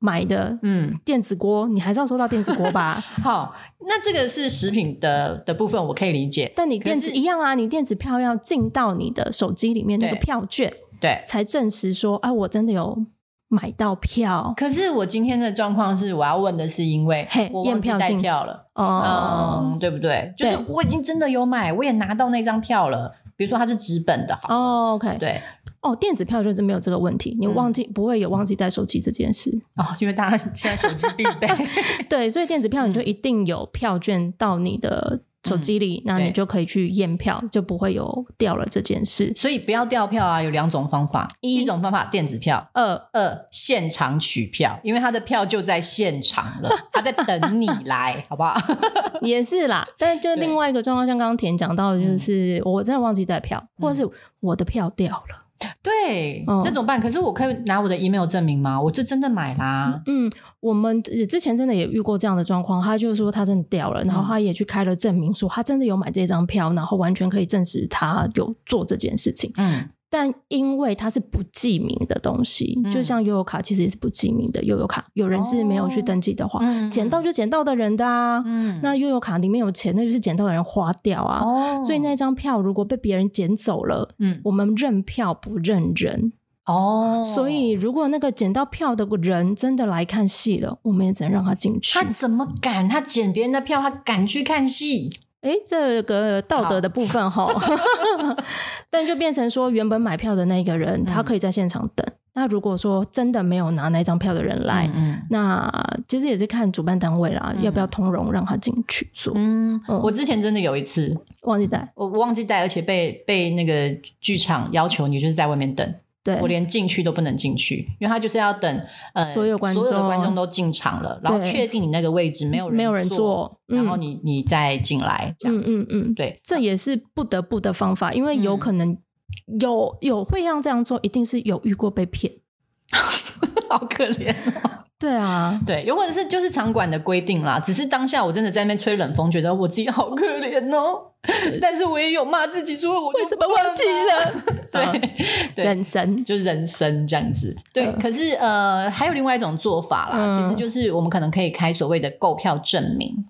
Speaker 2: 买的
Speaker 1: 嗯，
Speaker 2: 电子锅，你还是要收到电子锅 吧？
Speaker 1: 好，那这个是食品的的部分，我可以理解。
Speaker 2: 但你电
Speaker 1: 可
Speaker 2: 子
Speaker 1: 是
Speaker 2: 一样啊，你电子票要进到你的手机里面那个
Speaker 1: 对
Speaker 2: 票券，
Speaker 1: 对，
Speaker 2: 才证实说，哎、我真的有买到票
Speaker 1: 可是我今天的状况是，我要问的是，因为
Speaker 2: 嘿
Speaker 1: 我
Speaker 2: 验
Speaker 1: 忘记
Speaker 2: 票
Speaker 1: 带
Speaker 2: 进
Speaker 1: 票了，
Speaker 2: 哦
Speaker 1: 嗯，对不对？就是
Speaker 2: 对
Speaker 1: 我已经真的有买，我也拿到那张票了。比如说它是纸本的，好，
Speaker 2: 哦，OK，
Speaker 1: 对，嗯
Speaker 2: 哦，电子票就是没有这个问题，你忘记、不会有忘记带手机这件事。
Speaker 1: 哦，因为大家现在手机必 备，
Speaker 2: 对，所以电子票你就一定有票券到你的手机里，那、你
Speaker 1: 对
Speaker 2: 就可以去验票，就不会有掉了这件事。
Speaker 1: 所以不要掉票啊。有两种方法，
Speaker 2: 一
Speaker 1: 一种方法电子票，
Speaker 2: 二
Speaker 1: 二现场取票，因为他的票就在现场 了，他在等你来，好不好？
Speaker 2: 也是啦，但是就另外一个状况，像刚刚田讲到，的就是我真的忘记带票，或者是我的票掉了。
Speaker 1: 对，
Speaker 2: 嗯
Speaker 1: 这怎么办？可是我可以拿我的 email 证明吗？我这真的买啦。
Speaker 2: 嗯，我们呃之前真的也遇过这样的状况，他就说他真的掉了，然后他也去开了证明，说他真的有买这张票，然后完全可以证实他有做这件事情。
Speaker 1: 嗯，
Speaker 2: 但因为它是不记名的东西，
Speaker 1: 嗯
Speaker 2: 就像悠游卡其实也是不记名的悠游卡，有人是没有去登记的话，
Speaker 1: 嗯
Speaker 2: 哦捡到，就捡到的人的啊。
Speaker 1: 嗯
Speaker 2: 那悠游卡里面有钱，那就是捡到的人花掉啊。
Speaker 1: 哦
Speaker 2: 所以，那张票如果被别人捡走了，
Speaker 1: 嗯，
Speaker 2: 我们认票不认人。
Speaker 1: 哦，
Speaker 2: 所以如果那个捡到票的人真的来看戏了，我们也只能让他进去
Speaker 1: 他。怎么敢？他捡别人的票，他敢去看戏？
Speaker 2: 诶，这个道德的部分哈， 但就变成说，原本买票的那个人，
Speaker 1: 嗯
Speaker 2: 他可以在现场等。那如果说真的没有拿那张票的人来，
Speaker 1: 嗯
Speaker 2: 那其实也是看主办单位啦，要不要通融让他进去做。
Speaker 1: 嗯，
Speaker 2: 嗯
Speaker 1: 我之前真的有一次，
Speaker 2: 忘记带，
Speaker 1: 我我忘记带，而且被被那个剧场要求你就是在外面等，
Speaker 2: 对
Speaker 1: 我，连进去都不能进去，因为他就是要等呃
Speaker 2: 所有观众
Speaker 1: 所有的观众都进场了，然后
Speaker 2: 对
Speaker 1: 确定你那个位置没有人
Speaker 2: 没有人，坐，
Speaker 1: 然后
Speaker 2: 嗯
Speaker 1: 你你再进来这样
Speaker 2: 嗯
Speaker 1: 子，
Speaker 2: 嗯嗯，
Speaker 1: 对，
Speaker 2: 这也是不得不的方法，因为有
Speaker 1: 嗯
Speaker 2: 可能有有会让这样做，一定是有遇过被骗。
Speaker 1: 好可怜。
Speaker 2: 对啊，
Speaker 1: 对，有或者是就是场馆的规定啦，只是当下我真的在那边吹冷风，觉得我自己好可怜哦，但是我也有骂自己说我就
Speaker 2: 为什么忘记 了？
Speaker 1: 对对
Speaker 2: 人生，
Speaker 1: 就是人生这样子。对，
Speaker 2: 嗯
Speaker 1: 可是呃，还有另外一种做法啦，
Speaker 2: 嗯
Speaker 1: 其实就是我们可能可以开所谓的购票证明。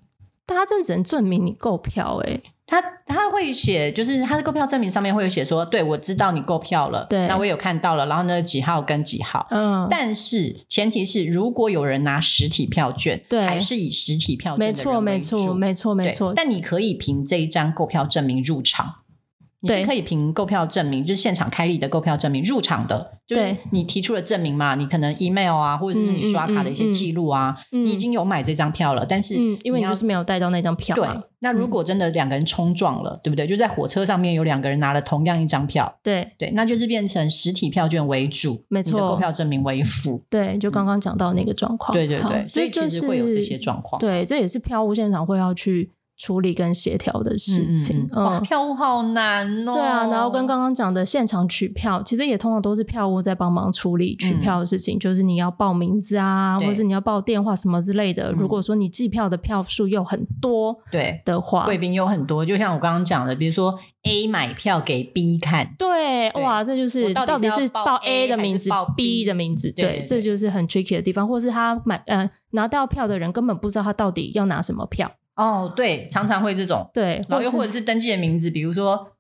Speaker 2: 大家真的只能证明你购票哎、欸
Speaker 1: 他他会写，就是他的购票证明上面会有写说，对我知道你购票了，
Speaker 2: 对
Speaker 1: 那我有看到了，然后呢几号跟几号。
Speaker 2: 嗯，
Speaker 1: 但是前提是，如果有人拿实体票券，
Speaker 2: 对
Speaker 1: 还是以实体票
Speaker 2: 没
Speaker 1: 券的
Speaker 2: 错，
Speaker 1: 人为
Speaker 2: 没
Speaker 1: 主，
Speaker 2: 错，没错，没
Speaker 1: 对
Speaker 2: 错。
Speaker 1: 但你可以凭这一张购票证明入场，你
Speaker 2: 对
Speaker 1: 是可以凭购票证明，就是现场开立的购票证明入场的，就是
Speaker 2: 对嗯
Speaker 1: 你提出了证明嘛，你可能 email 啊，或者是你刷卡的一些记录啊，
Speaker 2: 嗯嗯嗯嗯
Speaker 1: 你已经有买这张票了，但是
Speaker 2: 嗯，因为你
Speaker 1: 要
Speaker 2: 就是没有带到那张票啊
Speaker 1: 对
Speaker 2: 嘛。。
Speaker 1: 那如
Speaker 2: 嗯
Speaker 1: 果真的两个人冲撞了，对不对？就在火车上面有两个人拿了同样一张票，
Speaker 2: 对
Speaker 1: 对，那就是变成实体票券为主，
Speaker 2: 没
Speaker 1: 你的
Speaker 2: 错
Speaker 1: 购票证明为辅，
Speaker 2: 对，就刚刚讲到那个状况。
Speaker 1: 嗯对对
Speaker 2: 好
Speaker 1: 对，所以
Speaker 2: 就
Speaker 1: 其实会有这些
Speaker 2: 是
Speaker 1: 状况。
Speaker 2: 对，这也是票务现场会要去处理跟协调的事
Speaker 1: 嗯
Speaker 2: 情
Speaker 1: 嗯。嗯，哇，票务好难哦。
Speaker 2: 对啊，然后跟刚刚讲的现场取票，其实也通常都是票务在帮忙处理取票的事情，就是你要报名字啊，
Speaker 1: 嗯对嗯
Speaker 2: 或是你要报电话什么之类的。如果说你计票的票数又很多
Speaker 1: 对
Speaker 2: 的话，
Speaker 1: 贵宾有很多，就像我刚刚讲的，比如说 A 买票给 B 看，
Speaker 2: 对，
Speaker 1: 对
Speaker 2: 哇，这就是
Speaker 1: 我到底是
Speaker 2: 是
Speaker 1: 要报
Speaker 2: 报
Speaker 1: A
Speaker 2: 的
Speaker 1: 还
Speaker 2: 名
Speaker 1: 是
Speaker 2: 字
Speaker 1: 报
Speaker 2: B
Speaker 1: B
Speaker 2: 的名字，
Speaker 1: 对对对
Speaker 2: 这就是很 tricky 的地方，或是他买呃拿到票的人根本不知道他到底要拿什么票，
Speaker 1: 哦，对，常常会这种，
Speaker 2: 对，
Speaker 1: 然
Speaker 2: 或
Speaker 1: 后又或
Speaker 2: 是
Speaker 1: 者是登记的名字，比如说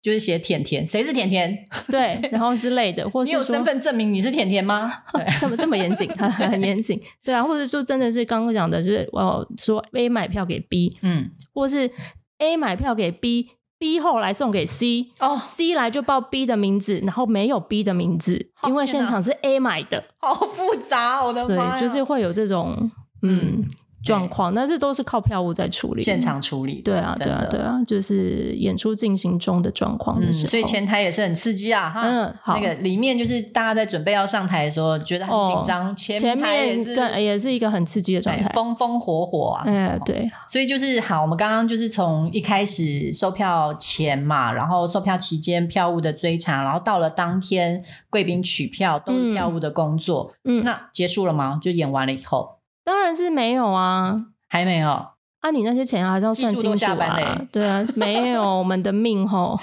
Speaker 1: 就是写甜甜，谁是甜甜？
Speaker 2: 对，然后之类 的，或
Speaker 1: 你
Speaker 2: 是
Speaker 1: 有
Speaker 2: 说
Speaker 1: 身份证明你是甜甜吗？对，
Speaker 2: 这么这么严谨，很很严谨，对啊，或者说真的是刚刚讲的，就是我说 A 买票给 B，
Speaker 1: 嗯，
Speaker 2: 或是 A 买票给 B，B 后来送给 C。
Speaker 1: 哦，
Speaker 2: C 来就报 B 的名字，然后没有 B 的名字，
Speaker 1: 哦
Speaker 2: 因为
Speaker 1: 天
Speaker 2: 现
Speaker 1: 哪
Speaker 2: 场是 A 买的，
Speaker 1: 好复杂，我的妈呀！哎
Speaker 2: 对，就是会有这种嗯状况，那这都是靠票务在处理。
Speaker 1: 现场处理的，
Speaker 2: 对啊，对啊，对
Speaker 1: 啊。
Speaker 2: 啊，就是演出进行中的状况的
Speaker 1: 嗯，
Speaker 2: 时候，
Speaker 1: 所以前台也是很刺激啊，哈，
Speaker 2: 嗯好
Speaker 1: 那个里面就是大家在准备要上台的时候，觉得很紧张，前
Speaker 2: 哦前
Speaker 1: 台也
Speaker 2: 面
Speaker 1: 是哎
Speaker 2: 对也是一个很刺激的状态
Speaker 1: 对。风风火火啊，
Speaker 2: 哎，对，
Speaker 1: 所以就是好，我们刚刚就是从一开始售票前嘛，然后售票期间票务的追查，然后到了当天贵宾取票都是票务的工作。
Speaker 2: 嗯，
Speaker 1: 那结束了吗？就演完了以后
Speaker 2: 当然是没有啊。
Speaker 1: 还没哦有，
Speaker 2: 啊，你那些钱还是要算
Speaker 1: 技术
Speaker 2: 清
Speaker 1: 都
Speaker 2: 楚
Speaker 1: 下班
Speaker 2: 啊
Speaker 1: 嘞！
Speaker 2: 对啊，没有我们的命吼，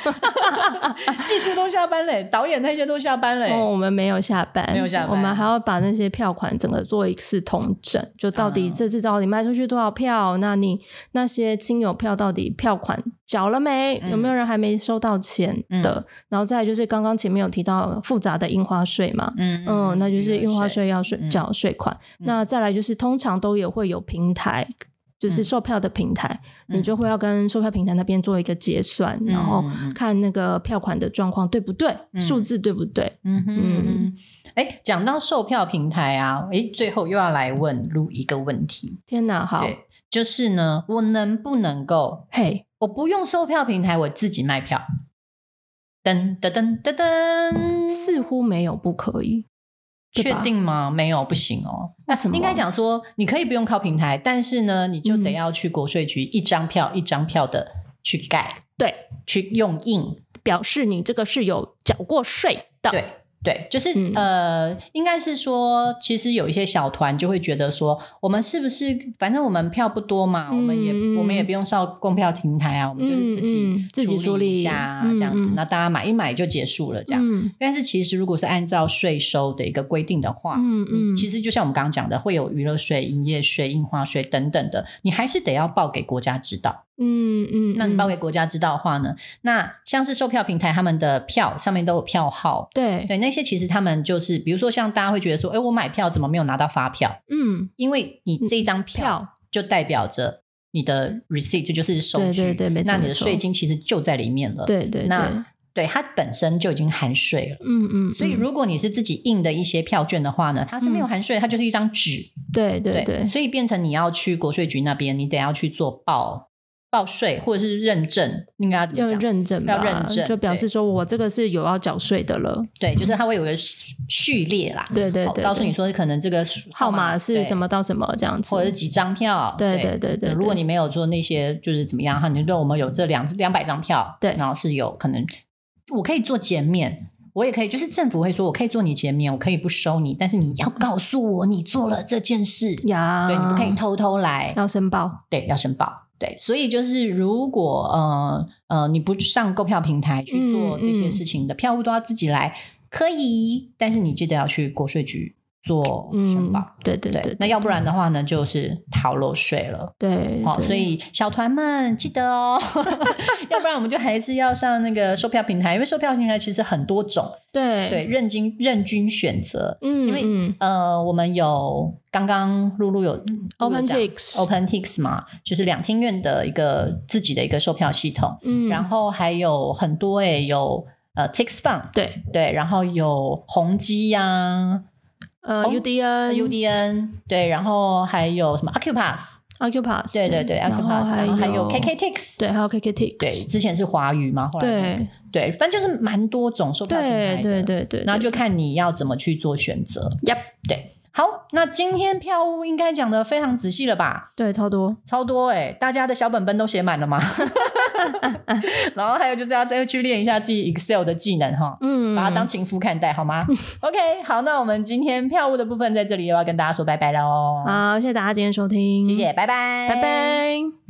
Speaker 1: 技术都下班嘞，导演那些都下班嘞。
Speaker 2: 啊哦，我们没有下班，
Speaker 1: 没有下班
Speaker 2: 我们还要把那些票款整个做一次统整，就到底
Speaker 1: 嗯
Speaker 2: 这次到底卖出去多少票？那你那些亲友票到底票款缴了没？
Speaker 1: 嗯
Speaker 2: 有没有人还没收到钱的？然后再来就是刚刚前面有提到复杂的印花税嘛。
Speaker 1: 嗯
Speaker 2: 嗯，那就是印花
Speaker 1: 水
Speaker 2: 税要税
Speaker 1: 嗯
Speaker 2: 缴税款，
Speaker 1: 嗯
Speaker 2: 那再来就是通常都也会有平台，就是
Speaker 1: 嗯
Speaker 2: 售票的平台，
Speaker 1: 嗯
Speaker 2: 你就会要跟售票平台那边做一个结算，然后
Speaker 1: 嗯嗯嗯
Speaker 2: 看那个票款的状况对不对，
Speaker 1: 嗯
Speaker 2: 数字对不对，
Speaker 1: 嗯哼嗯哼，哎，讲到售票平台啊，哎，最后又要来问露一个问题，
Speaker 2: 天哪，好，
Speaker 1: 对，就是呢，我能不能够
Speaker 2: 嘿，
Speaker 1: 我不用售票平台，我自己卖票。噔噔噔噔噔，
Speaker 2: 似乎没有不可以，对
Speaker 1: 确
Speaker 2: 吧
Speaker 1: 定吗？没有，不行哦。
Speaker 2: 为什么嗯
Speaker 1: 应该讲说，你可以不用靠平台，但是呢，你就得要去国税局一张票一张票的去盖、
Speaker 2: 对，
Speaker 1: 去用印。
Speaker 2: 表示你这个是有缴过税的，
Speaker 1: 对对，就是、
Speaker 2: 嗯
Speaker 1: 呃，应该是说，其实有一些小团就会觉得说，我们是不是反正我们票不多嘛，我们也
Speaker 2: 嗯嗯
Speaker 1: 我们也不用上购票平台啊，我们就是自己、
Speaker 2: 嗯嗯自己处理
Speaker 1: 一下、
Speaker 2: 嗯
Speaker 1: 这样子
Speaker 2: 嗯，
Speaker 1: 那大家买一买就结束了这样。
Speaker 2: 嗯
Speaker 1: 但是其实如果是按照税收的一个规定的话，
Speaker 2: 嗯
Speaker 1: 啊你
Speaker 2: 嗯，
Speaker 1: 其实就像我们刚刚讲的，会有娱乐税、营业税、印花税等等的，你还是得要报给国家知道。
Speaker 2: 嗯嗯，
Speaker 1: 那你报
Speaker 2: 包
Speaker 1: 给国家知道的话呢，那像是售票平台他们的票上面都有票号。
Speaker 2: 对，
Speaker 1: 对，那些其实他们就是，比如说像大家会觉得说，哎，我买票怎么没有拿到发票？
Speaker 2: 嗯，
Speaker 1: 因为你这张票
Speaker 2: 票
Speaker 1: 就代表着你的 receipt，这就是收
Speaker 2: 对
Speaker 1: 据，
Speaker 2: 对对没错
Speaker 1: 那你
Speaker 2: 没
Speaker 1: 的
Speaker 2: 错
Speaker 1: 税金其实就在里面了。，
Speaker 2: 对对对，
Speaker 1: 那对，它本身就已经含税了。
Speaker 2: 嗯嗯，
Speaker 1: 所以
Speaker 2: 嗯
Speaker 1: 如果你是自己印的一些票券的话呢，它是没有含税，它就是一张纸，
Speaker 2: 嗯对对对，
Speaker 1: 所以变成你要去国税局那边，你得要去做报报税或者是认证，应该要怎么
Speaker 2: 要
Speaker 1: 讲？
Speaker 2: 认证吧，
Speaker 1: 要认证
Speaker 2: 就表示
Speaker 1: 对
Speaker 2: 说我这个是有要缴税的了。
Speaker 1: 对，就是它会有个序序列啦，
Speaker 2: 对嗯对
Speaker 1: 哦
Speaker 2: 对，
Speaker 1: 告诉
Speaker 2: 对
Speaker 1: 你说可能这个
Speaker 2: 号码是
Speaker 1: 对
Speaker 2: 什么到什么这样子，
Speaker 1: 或者是几张票，
Speaker 2: 对对对对，
Speaker 1: 如果
Speaker 2: 对
Speaker 1: 你没有做那些，就是怎么样哈？你说我们有这两两百张票，
Speaker 2: 对
Speaker 1: 然后是有可能我可以做减免，我也可以，就是政府会说我可以做你减免，我可以不收你，但是你要告诉我你做了这件事，
Speaker 2: 呀，
Speaker 1: 对，你不可以偷偷来，
Speaker 2: 要申报，
Speaker 1: 对，要申报。对，所以就是如果呃呃你不上购票平台去做这
Speaker 2: 嗯
Speaker 1: 些事情的，票务都要自己来，可以，但是你记得要去国税局做申
Speaker 2: 嗯
Speaker 1: 报。，
Speaker 2: 对对对，
Speaker 1: 那要不
Speaker 2: 对
Speaker 1: 然的话呢，就是逃漏税了。
Speaker 2: 对，
Speaker 1: 哦，
Speaker 2: 对
Speaker 1: 所以小团们记得哦， 要不然我们就还是要上那个售票平台，因为售票平台其实很多种，
Speaker 2: 对
Speaker 1: 对，，任君任君选择。
Speaker 2: 嗯，
Speaker 1: 因为
Speaker 2: 嗯
Speaker 1: 呃，我们有刚刚露露有露露有讲
Speaker 2: OpenTix
Speaker 1: OpenTix 嘛，就是两厅院的一个自己的一个售票系统，
Speaker 2: 嗯，
Speaker 1: 然后还有很多诶、有呃 Tix Fun
Speaker 2: 对，
Speaker 1: 对，然后有宏基呀、
Speaker 2: 呃
Speaker 1: 哦
Speaker 2: ，UDN、
Speaker 1: UDN 对，然后还有什么 Acupass，
Speaker 2: Occupass，
Speaker 1: 对对对
Speaker 2: 然后
Speaker 1: ，Acupass，然后还有
Speaker 2: 有
Speaker 1: KKTix，
Speaker 2: 对，还有
Speaker 1: 对，
Speaker 2: KKTix，
Speaker 1: 之前是华语嘛，后来那个对，反正就是蛮多种售票平台
Speaker 2: 对
Speaker 1: 的，
Speaker 2: 对对对，
Speaker 1: 然后就看你要怎么去做选择。
Speaker 2: Yep
Speaker 1: 对，好，那今天票务应该讲的非常仔细了吧？
Speaker 2: 对超多，
Speaker 1: 超多哎、大家的小本本都写满了吗？ 然后还有就是要再去练一下自己 Excel 的技能哈。
Speaker 2: 嗯，
Speaker 1: 把它当情夫看待，好吗？OK，好，那我们今天票务的部分在这里又要跟大家说拜拜喽。哦
Speaker 2: 好，谢谢大家今天收听，
Speaker 1: 谢谢，，拜拜，
Speaker 2: 拜拜。